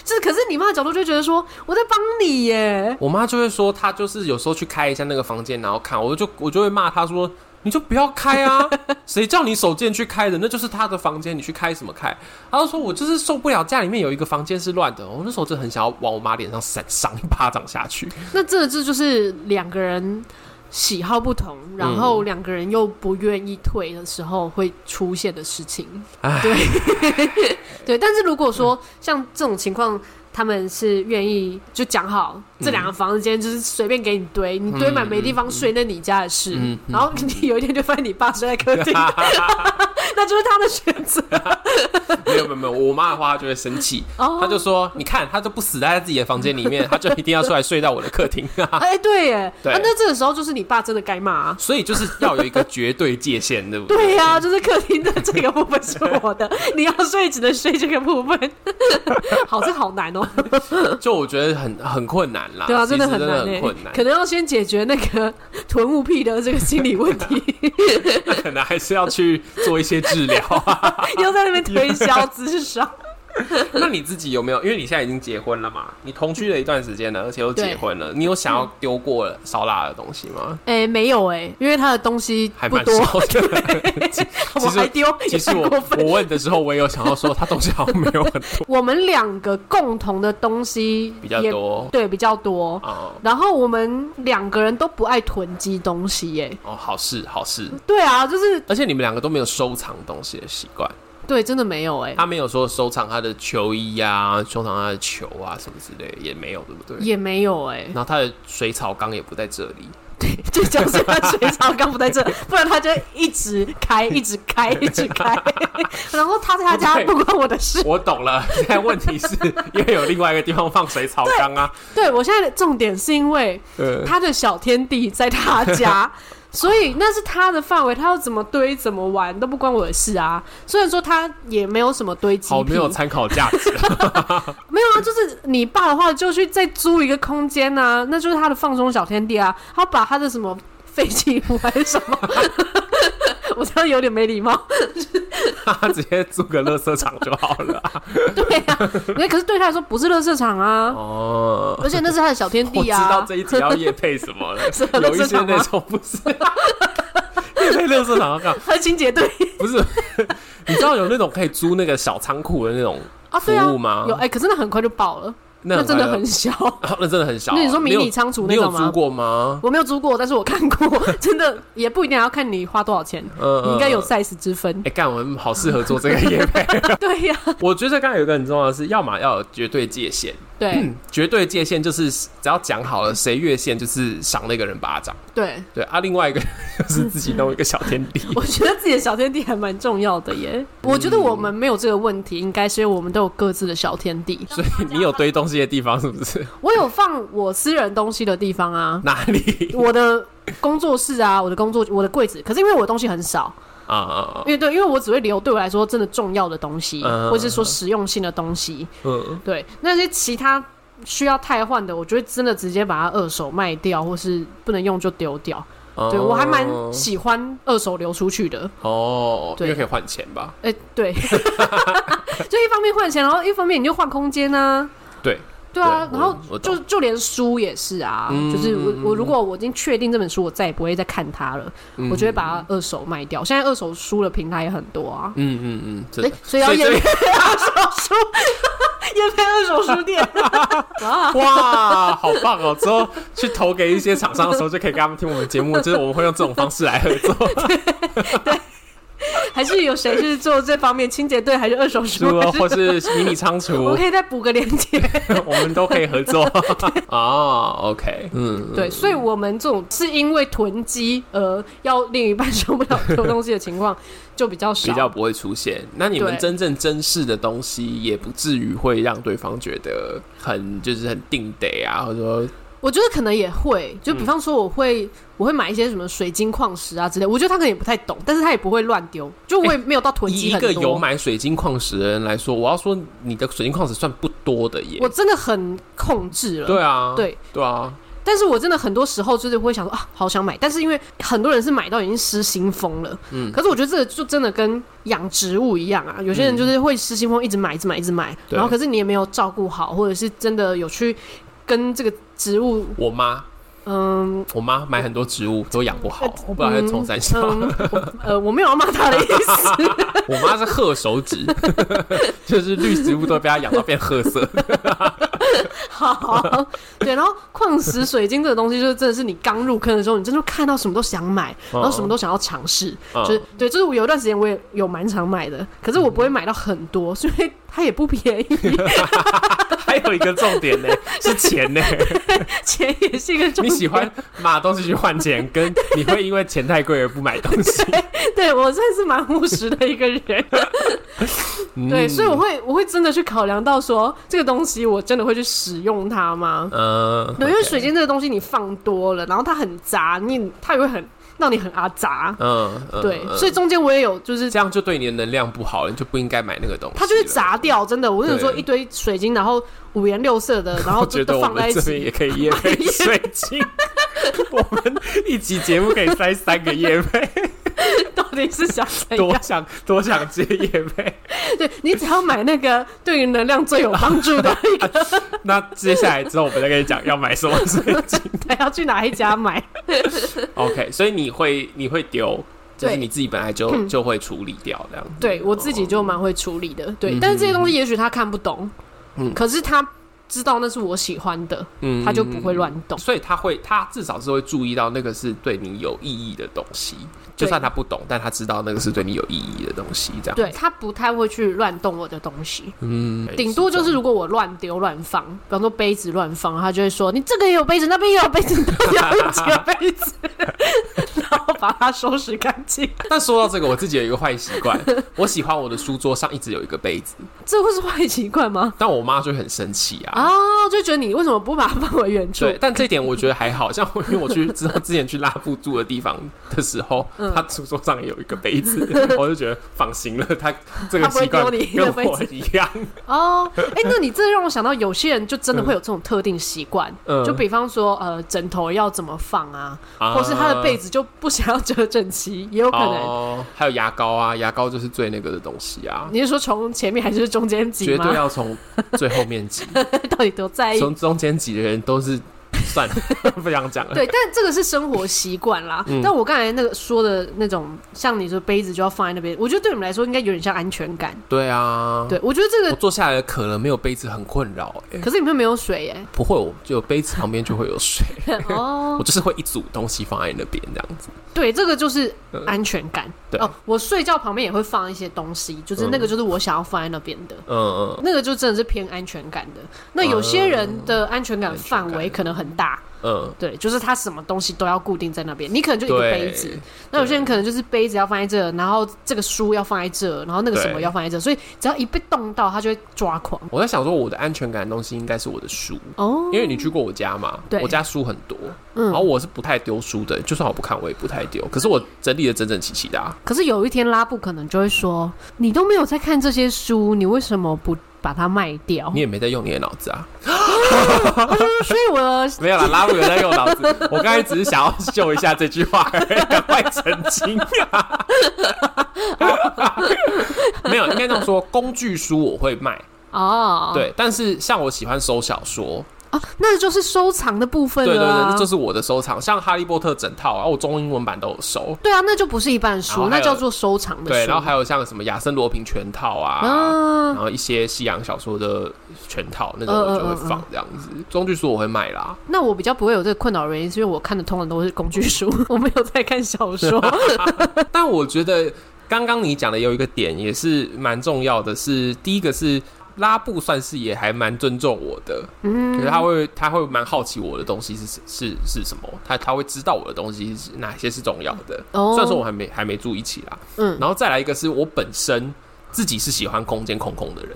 就是，可是你妈的角度就觉得说，我在帮你耶，我妈就会说，她就是有时候去开一下那个房间，然后看，我就我就会骂她说，你就不要开啊，谁叫你手贱去开的？那就是她的房间，你去开什么开？她就说我就是受不了家里面有一个房间是乱的，我那时候就很想要往我妈脸上扇上一巴掌下去。 [LAUGHS] 那这这就是两个人。喜好不同，然后两个人又不愿意退的时候会出现的事情。唉对，对。 [LAUGHS] 但是如果说像这种情况，他们是愿意就讲好，这两个房间就是随便给你堆，你堆满没地方睡，那你家的事。嗯嗯然后你有一天就发现你爸睡在客 [LAUGHS] 厅，那就是他的选择。没有没有没有，我妈的话她就会生气，哦她就说，你看，她就不死在自己的房间里面，她就一定要出来睡到我的客厅。啊哎、对耶，对啊那这个时候就是你爸真的该骂、啊。 [LAUGHS] 所以就是要有一个绝对界限，对不对？对呀、就是客厅的这个部分是我 [LAUGHS] 的，你要睡只能睡这个部分。 [LAUGHS] 好，这好难哦、 [LAUGHS] 就我觉得很很困难啦，对啊，其实真的很真难的诶、很困难可，能要先解决那个囤物癖的这个心理问 [LAUGHS] 题，那可能还是要去做一些治疗啊。又在那边推销智商。那你自己有没有？因为你现在已经结婚了嘛，你同居了一段时间了，而且又结对婚了，你有想要丢过烧腊的东西吗？ [LAUGHS] 哎、没有哎、因为他的东西还不蛮多，少的。其 [LAUGHS] 我其还实丢， [LAUGHS] 其也太实 [LAUGHS] 我过分。我问的时候，我也有想要说，他东西好像没有很多，我们两个共同的东西比 [LAUGHS] 较也，多对，比较多。哦然后我们两个人都不爱囤积东西耶、哦，好事好事。对啊，就是而且你们两个都没有收藏东西的习惯，对，真的没有哎、他没有说收藏他的球衣啊，收藏他的球啊什么之类的，也没有，对不对？也没有哎、然后他的水草缸也不在这里， [LAUGHS] 就讲是他水槽刚不在这，不然他就一直 [LAUGHS] 开，一直开，一直 [LAUGHS] 开。然后他在他家不不关我的事。我懂了，现在问题是 [LAUGHS] 因为有另外一个地方放水草缸啊。对我现在的重点是因为呃，他的小天地在他 [LAUGHS] 家，所以那是他的范围，他要怎么堆怎么玩都不关我的事啊。虽然说他也没有什么堆积好癖没有参考价值。 [LAUGHS] 没有啊，就是你爸的话就去再租一个空间呐、那就是他的放松小天地啊。他把他的什么废弃物还是什么， [LAUGHS] 我这样有点没礼貌。直接租个垃圾场就好 [LAUGHS] 了啊、对呀、啊，那可是对他来说不是垃圾场啊，哦，而且那是他的小天 [LAUGHS] 我地知啊。道这一集要夜配什么了 [LAUGHS] 是啊垃圾，有一些场吗那种不 [LAUGHS] 是夜配乐色场要干嘛？和清洁 [LAUGHS] 队不是，你知道有那种可以租那个小仓库的那种啊，服对啊务，吗？有哎、可是那很快就爆了，那很真的快乐很小。啊那真的很小啊。那你说迷有你仓储那你有种吗租过吗？我没有租过，但是我看 [LAUGHS] 过，真的也不一定要看你花多少钱，嗯你应该有嗯 size 之 [LAUGHS] 分。哎，干，我们好适合做这个夜 [LAUGHS] 配。对呀、我觉得刚才有一个很重要的是，要么要有绝对界限，对、嗯绝对界限就是只要讲好了，谁越线就是赏那个人巴掌。对，对啊，另外一个 [LAUGHS] 就是自己弄一个小天地。我觉得自己的小天地还蛮重要的嗯耶。我觉得我们没有这个问题，应该是因为我们都有各自的小天地。 [LAUGHS] 所以你有堆东西的地方是不是？，我有放我私人东西的地方啊哪里？我的工作室啊， [LAUGHS] 我的工作我的柜子，可是因为我的东西很少， [LAUGHS] 啊啊啊！因为对，因为我只会留对我来说真的重要的东西，嗯或者是说实用性的东西。嗯，对，那些其他需要汰换的，我就会真的直接把它二手卖掉，或是不能用就丢掉。嗯对我还蛮喜欢二手流出去的。哦，因对为可以换钱吧？哎、 [LAUGHS] 对， [LAUGHS] 就一方面换钱，然后一方面你就换空间啊。对，对啊，对然后我我懂就就连书也是啊，嗯就是我嗯我如果我已经确定这本书我再也不会再看它了，嗯我就会把它二手卖掉。现在二手书的平台也很多啊，嗯嗯嗯，真哎、的。所以要所以验这配二手书，验 [LAUGHS] 配二手书 [LAUGHS] 店啊， [LAUGHS] 哇，好棒哦！之后去投给一些厂商的时候，就可以跟他们听我们 [LAUGHS] 节目，就是我们会用这种方式来合 [LAUGHS] 作。还是有谁是做这方面清洁队，还是二手如书？果还是啊或是迷你 [LAUGHS] 仓我 [LAUGHS] 储可，以再补个链接。我们都可以合作。 [LAUGHS] 哦，OK，嗯，对，所以我们这种是因为囤积而要另一半受不了丢东西的情况就比较少，比较不会出现。那你们对真正珍视的东西，也不至于会让对方觉得很就是很定得啊，或者说我觉得可能也会，就比嗯方说我会、我会买一些什么水晶矿石啊之类，我觉得他可能也不太懂，但是他也不会乱丢，就我也没有到囤以积一很多。个有买水晶矿石的人来说，我要说你的水晶矿石算不多的耶我。真的很控制了。对啊，对对啊，但是我真的很多时候就是会想说啊，好想买，但是因为很多人是买到已经失心疯了，嗯可是我觉得这个就真的跟养植物一样啊，有些人就是会失心疯，一直买，一直买，一直买，对然后可是你也没有照顾好，或者是真的有去跟这个植物，我妈嗯我妈买很多植物都养不好， [LAUGHS] 我不知道在冲三小。嗯，我 [LAUGHS] 呃，我没有要骂他的意 [LAUGHS] 思，我妈是褐手指， [LAUGHS] 就是绿植物都被她养到变褐色。好，对，然后矿石、水晶这个东西，就是真的是你刚入坑的时候，你真的看到什么都想买，然后什么都想要尝试，嗯就是对，就是我有一段时间我也有蛮常买的，可是我嗯不会买到很多，是因为它也不便宜，还有一个重 [LAUGHS] 点呢，是钱呢。钱也是一个重 [LAUGHS] 你点。喜欢？买东西去换钱，跟你会因为钱太贵而不买东西。对我算是蛮务实的一个 [LAUGHS] 人， [LAUGHS] 嗯对，所以我会我会真的去考量到说这个东西我真的会去使用它吗？嗯，对，因为 OK 水晶这个东西你放多了，然后它很杂，你它也会很让你很阿杂。嗯，嗯对，嗯所以中间我也有就是这样就对你的能量不好了，你就不应该买那个东西了。它就是砸掉，真的。我跟你说，对一堆水晶，然后五颜六色 [LAUGHS] 的，然后我就觉得都我放在们一这边起。也可以夜配水晶，我们一集节目可以塞三个夜配， [LAUGHS] 到底是想怎多样？想多想接夜 [LAUGHS] 配。对你只要买那个 [LAUGHS] 对于能量最有帮助 [LAUGHS] 啊的一个，那接下来之后我们再跟你讲要买什么 [LAUGHS] 水晶。对，要去哪一家买？ OK，所以你会你会丢，就是对嗯你自己本来就就会处理掉这样子。对我自己就蛮会处理的。对嗯，但是这些东西也许他看不懂嗯，可是他知道那是我喜欢的，嗯他就不会。乱动。所以他会，他至少是会注意到那个是对你有意义的东西，就对算他不懂，但他知道那个是对你有意义的东西，这样。对他不太会去乱动我的东西，嗯，顶多就是如果我乱丢乱放，比方说杯子乱放，他就会说你这个也有杯子，那边也有杯子，你到底要用几个杯 [LAUGHS] 子？然后把它收拾干净，但说到这个，我自己有一个坏习惯，我喜欢我的书桌上一直有一个杯子，这会是坏习惯吗？但我妈就会很生气啊。啊，后就觉得你为什么不把它放回原处？对，但这点我觉得还好像我因为我去知道之前去拉布住的地方的时候，嗯他书桌上有一个杯 [LAUGHS] 子，我就觉得放心了，他这个他不会习惯丢你的跟杯我子一样，哦，哎，那你这让我想到，有些人就真的会有这种特定习惯，嗯就比方说，呃，枕头要怎么放啊，或是他的被子子就不想要折整齐，也有可能。哦，还有牙膏啊，牙膏就是最那个的东西啊，你是说从前面还是中间挤绝对吗？哎要从最后面挤， [LAUGHS] 到底多在意？从中间挤的人都是算 [LAUGHS] 了，不想讲了。对，但这个是生活习惯啦。 [LAUGHS] 嗯但我刚才那个说的那种，像你说杯子就要放在那边，我觉得对你们来说应该有点像安全感。对啊，对我觉得这我个，坐下来渴了，没有杯子很困扰、欸。可是你们没有水耶、不会，我就有杯子旁边就会有水，哦 [LAUGHS] 我，就是会一组东西放在那边这样子。对，这个就是嗯安全感。对哦，我睡觉旁边也会放一些东西，就是那个就是我想要放在那边的。嗯嗯那个就真的是偏安全感的。那有些人的安全感范围可能很大，嗯，对，就是他什么东西都要固定在那边。你可能就一个对，杯子，那有些人可能就是杯子要放在这，然后这个书要放在这，然后那个什么对要放在这，所以只要一被动到，他就会抓狂。我在想说，我的安全感的东西应该是我的书，哦，因为你去过我家嘛，对我家书很多，然后嗯，我是不太丢书的，就算我不看，我也不太丢。可是我整理的整整齐齐的、啊，可是有一天拉布可能就会说：“你都没有在看这些书，你为什么不把它卖掉你也没在用你的脑子啊，？”所以我 [LAUGHS] 的没有啦，拉布有在用脑子。 [LAUGHS] 我刚才只是想要秀一下这句话而已，赶快澄清、 [LAUGHS] 啊。没有，应该这样说，工具书我会卖，哦，对，但是像我喜欢收小说，哦，那就是收藏的部分对对了、啊。对，这是我的收藏。像《哈利波特》整套啊，我中英文版都有收。对啊，那就不是一般然书，后还那有叫做收藏的书。对，然后还有像什么《亚森罗平》全套啊，然啊，后一些西洋小说的全套那种，我就会嗯放这样子。中剧书我会卖啦，那我比较不会有这个困扰的原因，是因为我看的通常都是工具书， [LAUGHS] 我没有在看小 [LAUGHS] 说。但我觉得刚刚你讲的有一个点也是蛮重要的是，第一个是。拉布算是也还蛮尊重我的，嗯，可是他会他会蛮好奇我的东西是是是什么，他他会知道我的东西是哪些是重要的，哦虽然说我还没还没住一起啦，嗯然后再来一个是我本身自己是喜欢空间空空的人，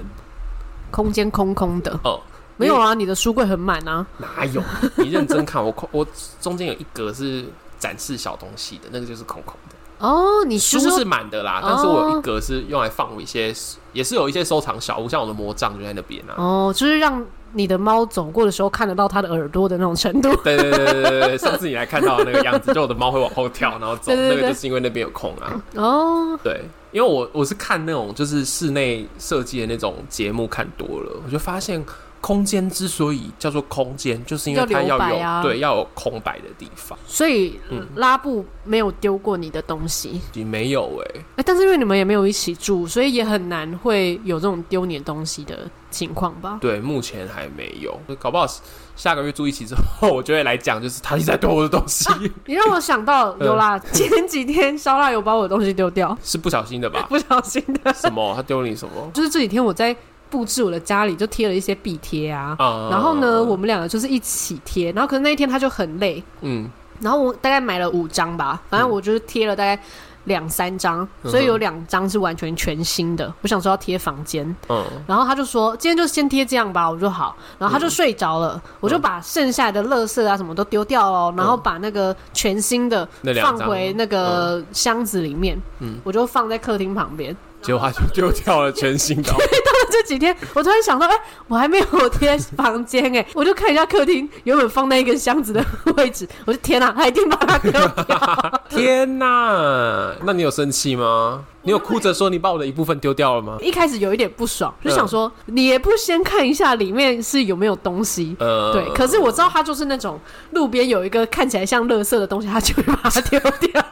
空间空空的，哦、没有啊，你的书柜很满啊。[LAUGHS] 哪有？你认真看我空，我中间有一格是展示小东西的，那个就是空空的。哦，你书就是是满的啦，哦但是我有一格是用来放我一些，也是有一些收藏小物，像我的魔杖就在那边啊。哦，就是让你的猫走过的时候看得到它的耳朵的那种程度。 [LAUGHS] 对对对对对对，上次你来看到的那个样子，就我的猫会往后跳，然后走，对对对那个就是因为那边有空啊。 [LAUGHS] 哦，对，因为我我是看那种就是室内设计的那种节目看多了，我就发现空间之所以叫做空间，就是因为它要留要白有啊对要有空白的地方，所以、拉布没有丢过你的东西，也没有哎、哎、但是因为你们也没有一起住，所以也很难会有这种丢你的东西的情况吧？对，目前还没有，搞不好下个月住一起之后，我就会来讲，就是他一直在丢我的东西，你让我想到有 [LAUGHS] 啦，前几天烧腊有把我的东西丢 [LAUGHS] 掉， [LAUGHS] 是不小心的吧？不小心的。什么？他丢你什么？就是这几天我在布置我的家里，就贴了一些壁贴啊。 [LAUGHS] 啊、然后呢，我们两个就是一起贴，然后可是那一天他就很累，嗯，然后我大概买了五张吧，反正我就是贴了大概两三张，嗯所以有两张是完全全新的。我想说要贴房间，嗯然后他就说今天就先贴这样吧，我说好，然后他就睡着了，嗯我就把剩下的垃圾啊什么都丢掉哦，然后把那个全新的那嗯两放张回那个箱子里面，嗯我就放在客厅旁边。结果他就丢掉了全新 [LAUGHS] 的， [LAUGHS] 这几天我突然想到，哎、我还没有贴房间哎、 [LAUGHS] 我就看一下客厅原本放那一根箱子的位置，我就天哪、他一定把 [LAUGHS] 它丢掉。天哪！那你有生气吗？你有哭着说你把我的一部分丢掉了吗？一开始有一点不爽，就想说、嗯你也不先看一下里面是有没有东西。呃，对，可是我知道他就是那种路边有一个看起来像垃圾的东西，他就会把它丢掉。 [LAUGHS]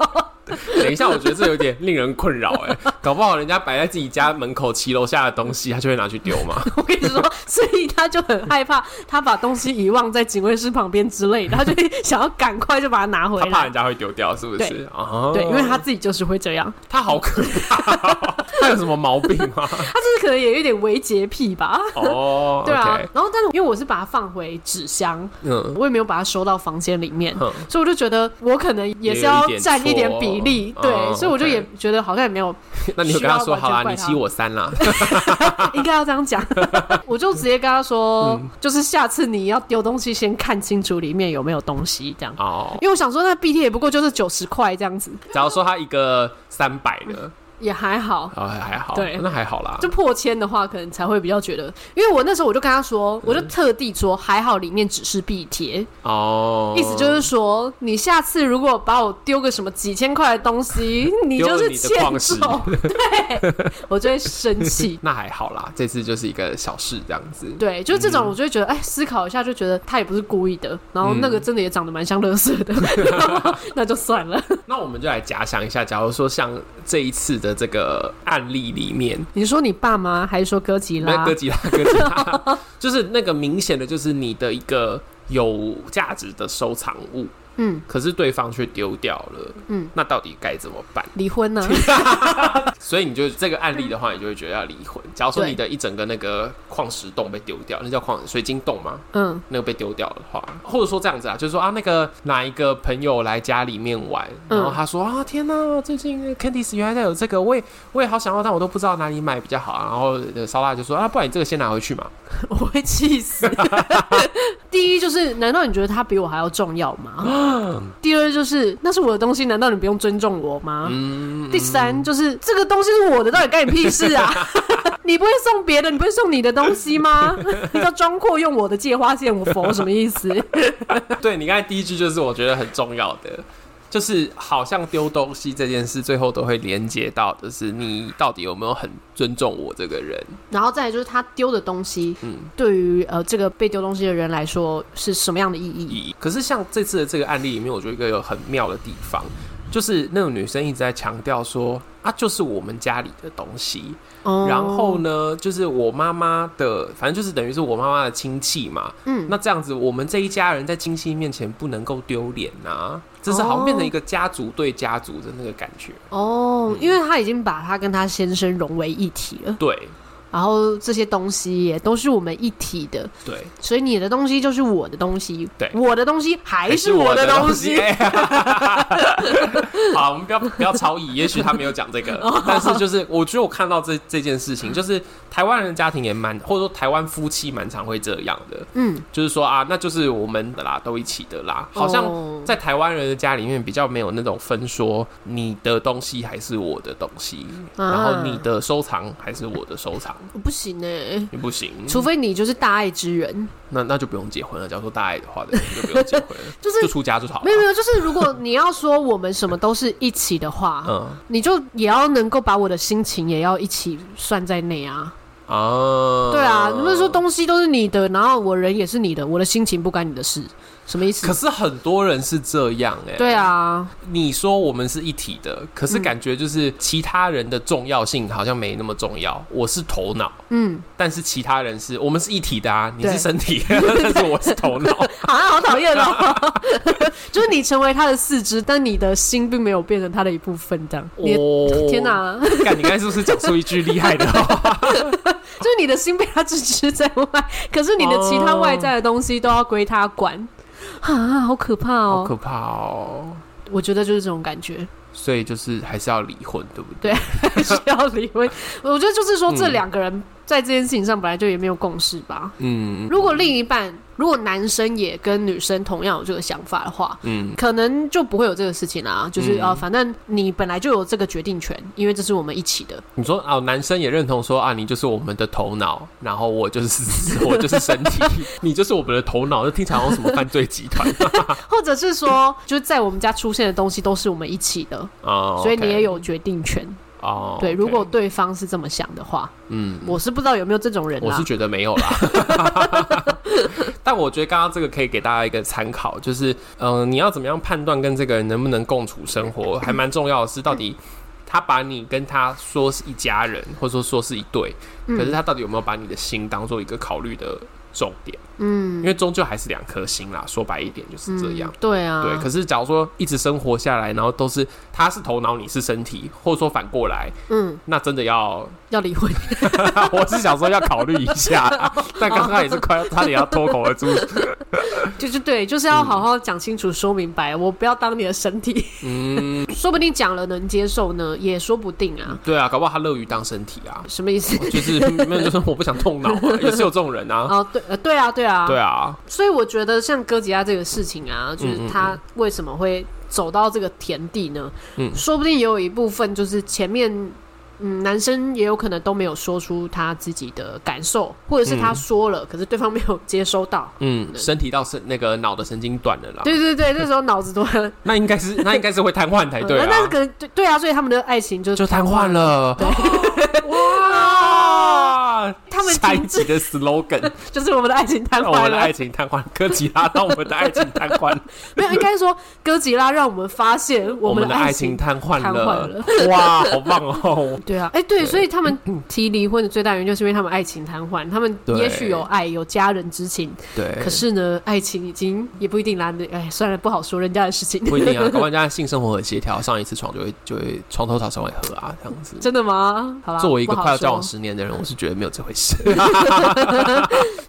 等一下，我觉得这有点令人困扰 [LAUGHS] 哎、搞不好人家摆在自己家门口骑楼下的东西，他就会拿去丢嘛。我跟你 [LAUGHS] 说，所以他就很害怕，他把东西遗忘在警卫室旁边之类的，他就想要赶快就把它 [LAUGHS] 拿回他怕来人。家会丢掉，是不是对？啊，对，因为他自己就是会这样。 [LAUGHS] 他好可怕哦、他有什么毛病吗？他就是可能也有点微洁癖吧。哦，对啊 OK，然后但是因为我是把它放回纸箱，嗯，我也没有把它收到房间里面，哼所以我就觉得我可能也是要占一点比例，也有一点错对，哦所以我就 OK 也觉得好像也没有那你就跟他说需要完全好啦，怪你他七我三 [LAUGHS] 啦。应该要这样讲，我就直接跟他说，就是下次你要丢东西，先看清楚里面有没有东西，这样。哦，因为我想说，那 B T 也不过就是九十块这样子，假如说他一个三百的，也还好。 [LAUGHS] 哦，还好，对那还好啦。就破千的话，可能才会比较觉得，因为我那时候我就跟他说，我就特地说，还好里面只是壁贴，哦，意思就是说，你下次如果把我丢个什么几千块的东 [LAUGHS] 西，你丢就了是你的欠矿石揍，对，我就会生气。那还好啦，这次就是一个小事这样子。对，就是这嗯种，我就会觉得，哎、思考一下就觉得他也不是故意的，然后那个真的也长得蛮像乐色的， [LAUGHS] 那就算了。那我们就来假想一下，假如说像这一次的这个案例里面，你说你爸妈还是说哥吉那拉哥？吉拉，哥吉拉，就是那个明显的，就是你的一个有价值的收藏物，嗯，可是对方却丢掉了，嗯，那到底该怎么办？离婚 [LAUGHS] 呢、所以你就这个案例的话，你就会觉得要离婚。假如说对你的一整个那个矿石洞被丢掉，那叫矿水晶洞吗？嗯，那个被丢掉的话，或者说这样子啊，就是说啊，那个哪一个朋友来家里面玩，嗯然后他说、啊，天哪，最近 Candice 原来在有这个，我也我也好想要，但我都不知道哪里买比较好啊。然后呃烧腊就说啊，不然你这个先拿回去嘛。我会气 [LAUGHS] 死。第一就是，难道你觉得他比我还要重要吗？ [GASPS] 第二就是，那是我的东西，难道你不用尊重我吗？第三就是，这个东西是我的，到底干你屁事啊？ [LAUGHS] 你不会送别的，你不会送你的东西 [LAUGHS] 吗？你知道装阔用我的借花献我佛什么意思？ [LAUGHS] 对你刚才第一句就是我觉得很重要的，就是好像丢东西这件事，最后都会连接到的是你到底有没有很尊重我这个人。 [LAUGHS] 然后再来就是他丢的东西，嗯对于呃这个被丢东西的人来说是什么样的意义？意义。可是像这次的这个案例里面，我觉得一个有很妙的地方，就是那个女生一直在强调说啊，就是我们家里的东西。哦然后呢，就是我妈妈的，反正就是等于是我妈妈的亲戚嘛。嗯，那这样子，我们这一家人在亲戚面前不能够丢脸呐。这是好像变成一个家族对家族的那个感觉。哦，因为他已经把他跟他先生融为一体了，对然后这些东西也都是我们一体的，对，所以你的东西就是我的东西，对我的东西还是我的东西。哎呀好，我们不要不要超 [LAUGHS] 意，也许他没有讲这个，哦但是就是我觉得我看到这这件事情，就是台湾人的家庭也蛮，或者说台湾夫妻蛮常会这样的，嗯，就是说啊，那就是我们的啦，都一起的啦，好像。哦在台湾人的家里面比较没有那种分说，你的东西还是我的东西，啊然后你的收藏还是我的收藏，不行呢、你不行，除非你就是大爱之人，那那就不用结婚了。假如说大爱的话，对，就不用结婚了， [LAUGHS] 就是就出家就好没了有。没有，就是如果你要说我们什么都是一起的话，嗯，你就也要能够把我的心情也要一起算在内啊。啊，对啊，你不是说东西都是你的，然后我人也是你的，我的心情不干你的事，什么意可思？是很多人是这样哎、对， [LAUGHS] 啊，嗯你说我们是一体的，可是感觉就是其他人的重要性好像没那么重要。我是头脑，嗯，但是其他人是我们是一体的啊，你是对身体， [LAUGHS] 但是我是头脑。好像啊好讨厌哦。 [LAUGHS] 就是你成为他的四肢，但你的心并没有变成他的一部分，这样。 [LAUGHS] 你的哦天！哪，干，你刚才是不是讲出一句厉 [LAUGHS] 害的话？就是你的心被他置之在外，可是你的其他外在的东西都要归他管，啊，好可怕好哦！可怕哦！我觉得就是这种感 [LAUGHS] 觉。所以就是还是要离婚，对不对？需要离婚。我觉得就是说，这两个人在这件事情上本来就也没有共识吧。嗯如果另一半，如果男生也跟女生同样有这个想法的话，嗯，可能就不会有这个事情啦、就是嗯啊、呃反正你本来就有这个决定权，因为这是我们一起的。你说啊，男生也认同说啊，你就是我们的头脑，然后我就是 [LAUGHS] 我就是身体，你就是我们的头脑，这听起来好像什么犯罪集团或者是说，就是在我们家出现的东西都是我们一起的，哦所以你 OK 也有决定权。哦，对 OK 如果对方是这么想的话，嗯，我是不知道有没有这种人我啦是。觉得没有啦。 [LAUGHS] 但我觉得刚刚这个可以给大家一个参考，就是嗯、呃你要怎么样判断跟这个人能不能共处生活，还蛮重要的是到底。他把你跟他说是一家嗯人，或者说说是一对，可是他到底有没有把你的心当做一个考虑的重点？嗯因为终究还是两颗心啦。说白一点就是这样嗯。对啊，对，可是假如说一直生活下来，然后都是他是头脑，你是身体，或者说反过来，嗯，那真的要，要离婚， [LAUGHS] [LAUGHS] 我是想说要考虑一 [LAUGHS] 下啦，但刚刚也是快要差点要脱口而出，就就对，就是要好好讲清楚、说明白，我不要当你的身体， [LAUGHS] 嗯，说不定讲了能接受呢，也说不定啊。对啊，搞不好他乐于当身体啊，什么意思？ [LAUGHS] 就是没有就是我不想动脑、啊，也是有这种人 [LAUGHS] 啊，哦，对，呃，对啊，对啊，对啊，所以我觉得像哥吉拉这个事情嗯啊，就是他为什么会走到这个田地呢？嗯说不定也有一部分就是前面，嗯，男生也有可能都没有说出他自己的感受，或者是他说了，可是对方没有接收到。嗯，身体到神那个脑的神经断了啦，对对对，那时候脑子都 [LAUGHS] 很，那应该是那应该是会瘫痪才对那啊，那可能对对啊，所以他们的爱情就就瘫痪。了， [LAUGHS] 哇，他们下一停集滞的 slogan。就是我们的爱情瘫让痪我的了爱。情 [LAUGHS] 瘫痪，哥吉拉让我们的爱情瘫 [LAUGHS] 痪，没有，应该说哥吉拉让我们发现我们们的的爱爱情情瘫痪瘫了痪，哇，好棒哦！对啊，哎、对，所以他 [LAUGHS] 们提离婚的最大原因就是因为他们爱情瘫痪，他们对也许有爱，有家人之情，对，可是呢，爱情已经也不一定啦。哎，算了，不好说人家的事情。 [LAUGHS] [LAUGHS] 不一定啊，搞不好人家性生活很协调，上一次床就会就会床头吵床尾和啊，这样子。真的吗？好啦，作为一个不好快要交往说，十年的人，我是觉得没有这回事。 [LAUGHS]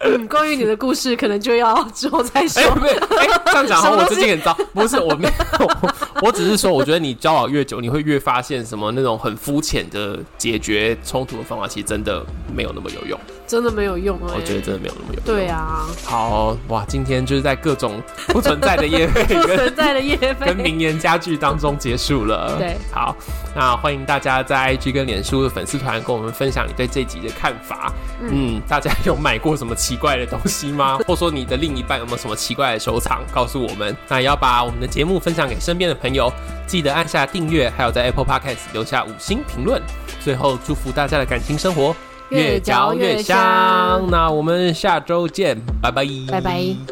嗯，关于你的故事，可能就要之后再说哎，。不是，哎，这样讲什好，么我东最西近很 [LAUGHS] 糟。不是，我没有， [LAUGHS] 我只是说，我觉得你交往越久，你会越发现什么那种很肤浅的解决冲突的方法，其实真的没有那么有用。真的没有用哎、我觉得真的没有那么有用。对啊，好哇，今天就是在各种不存在的夜配不 [LAUGHS] 跟存在的夜跟飞。名言佳句当中结束了。对，好，那欢迎大家在 IG 跟脸书的粉丝团跟我们分享你对这集的看法。嗯大家有买过什么奇怪的东西 [LAUGHS] 吗？或说你的另一半有没有什么奇怪的收藏？告诉我们。那也要把我们的节目分享给身边的朋友，记得按下订阅，还有在 Apple Podcast 留下五星评论。最后，祝福大家的感情生活越嚼越香那我们下周见，拜拜，拜拜。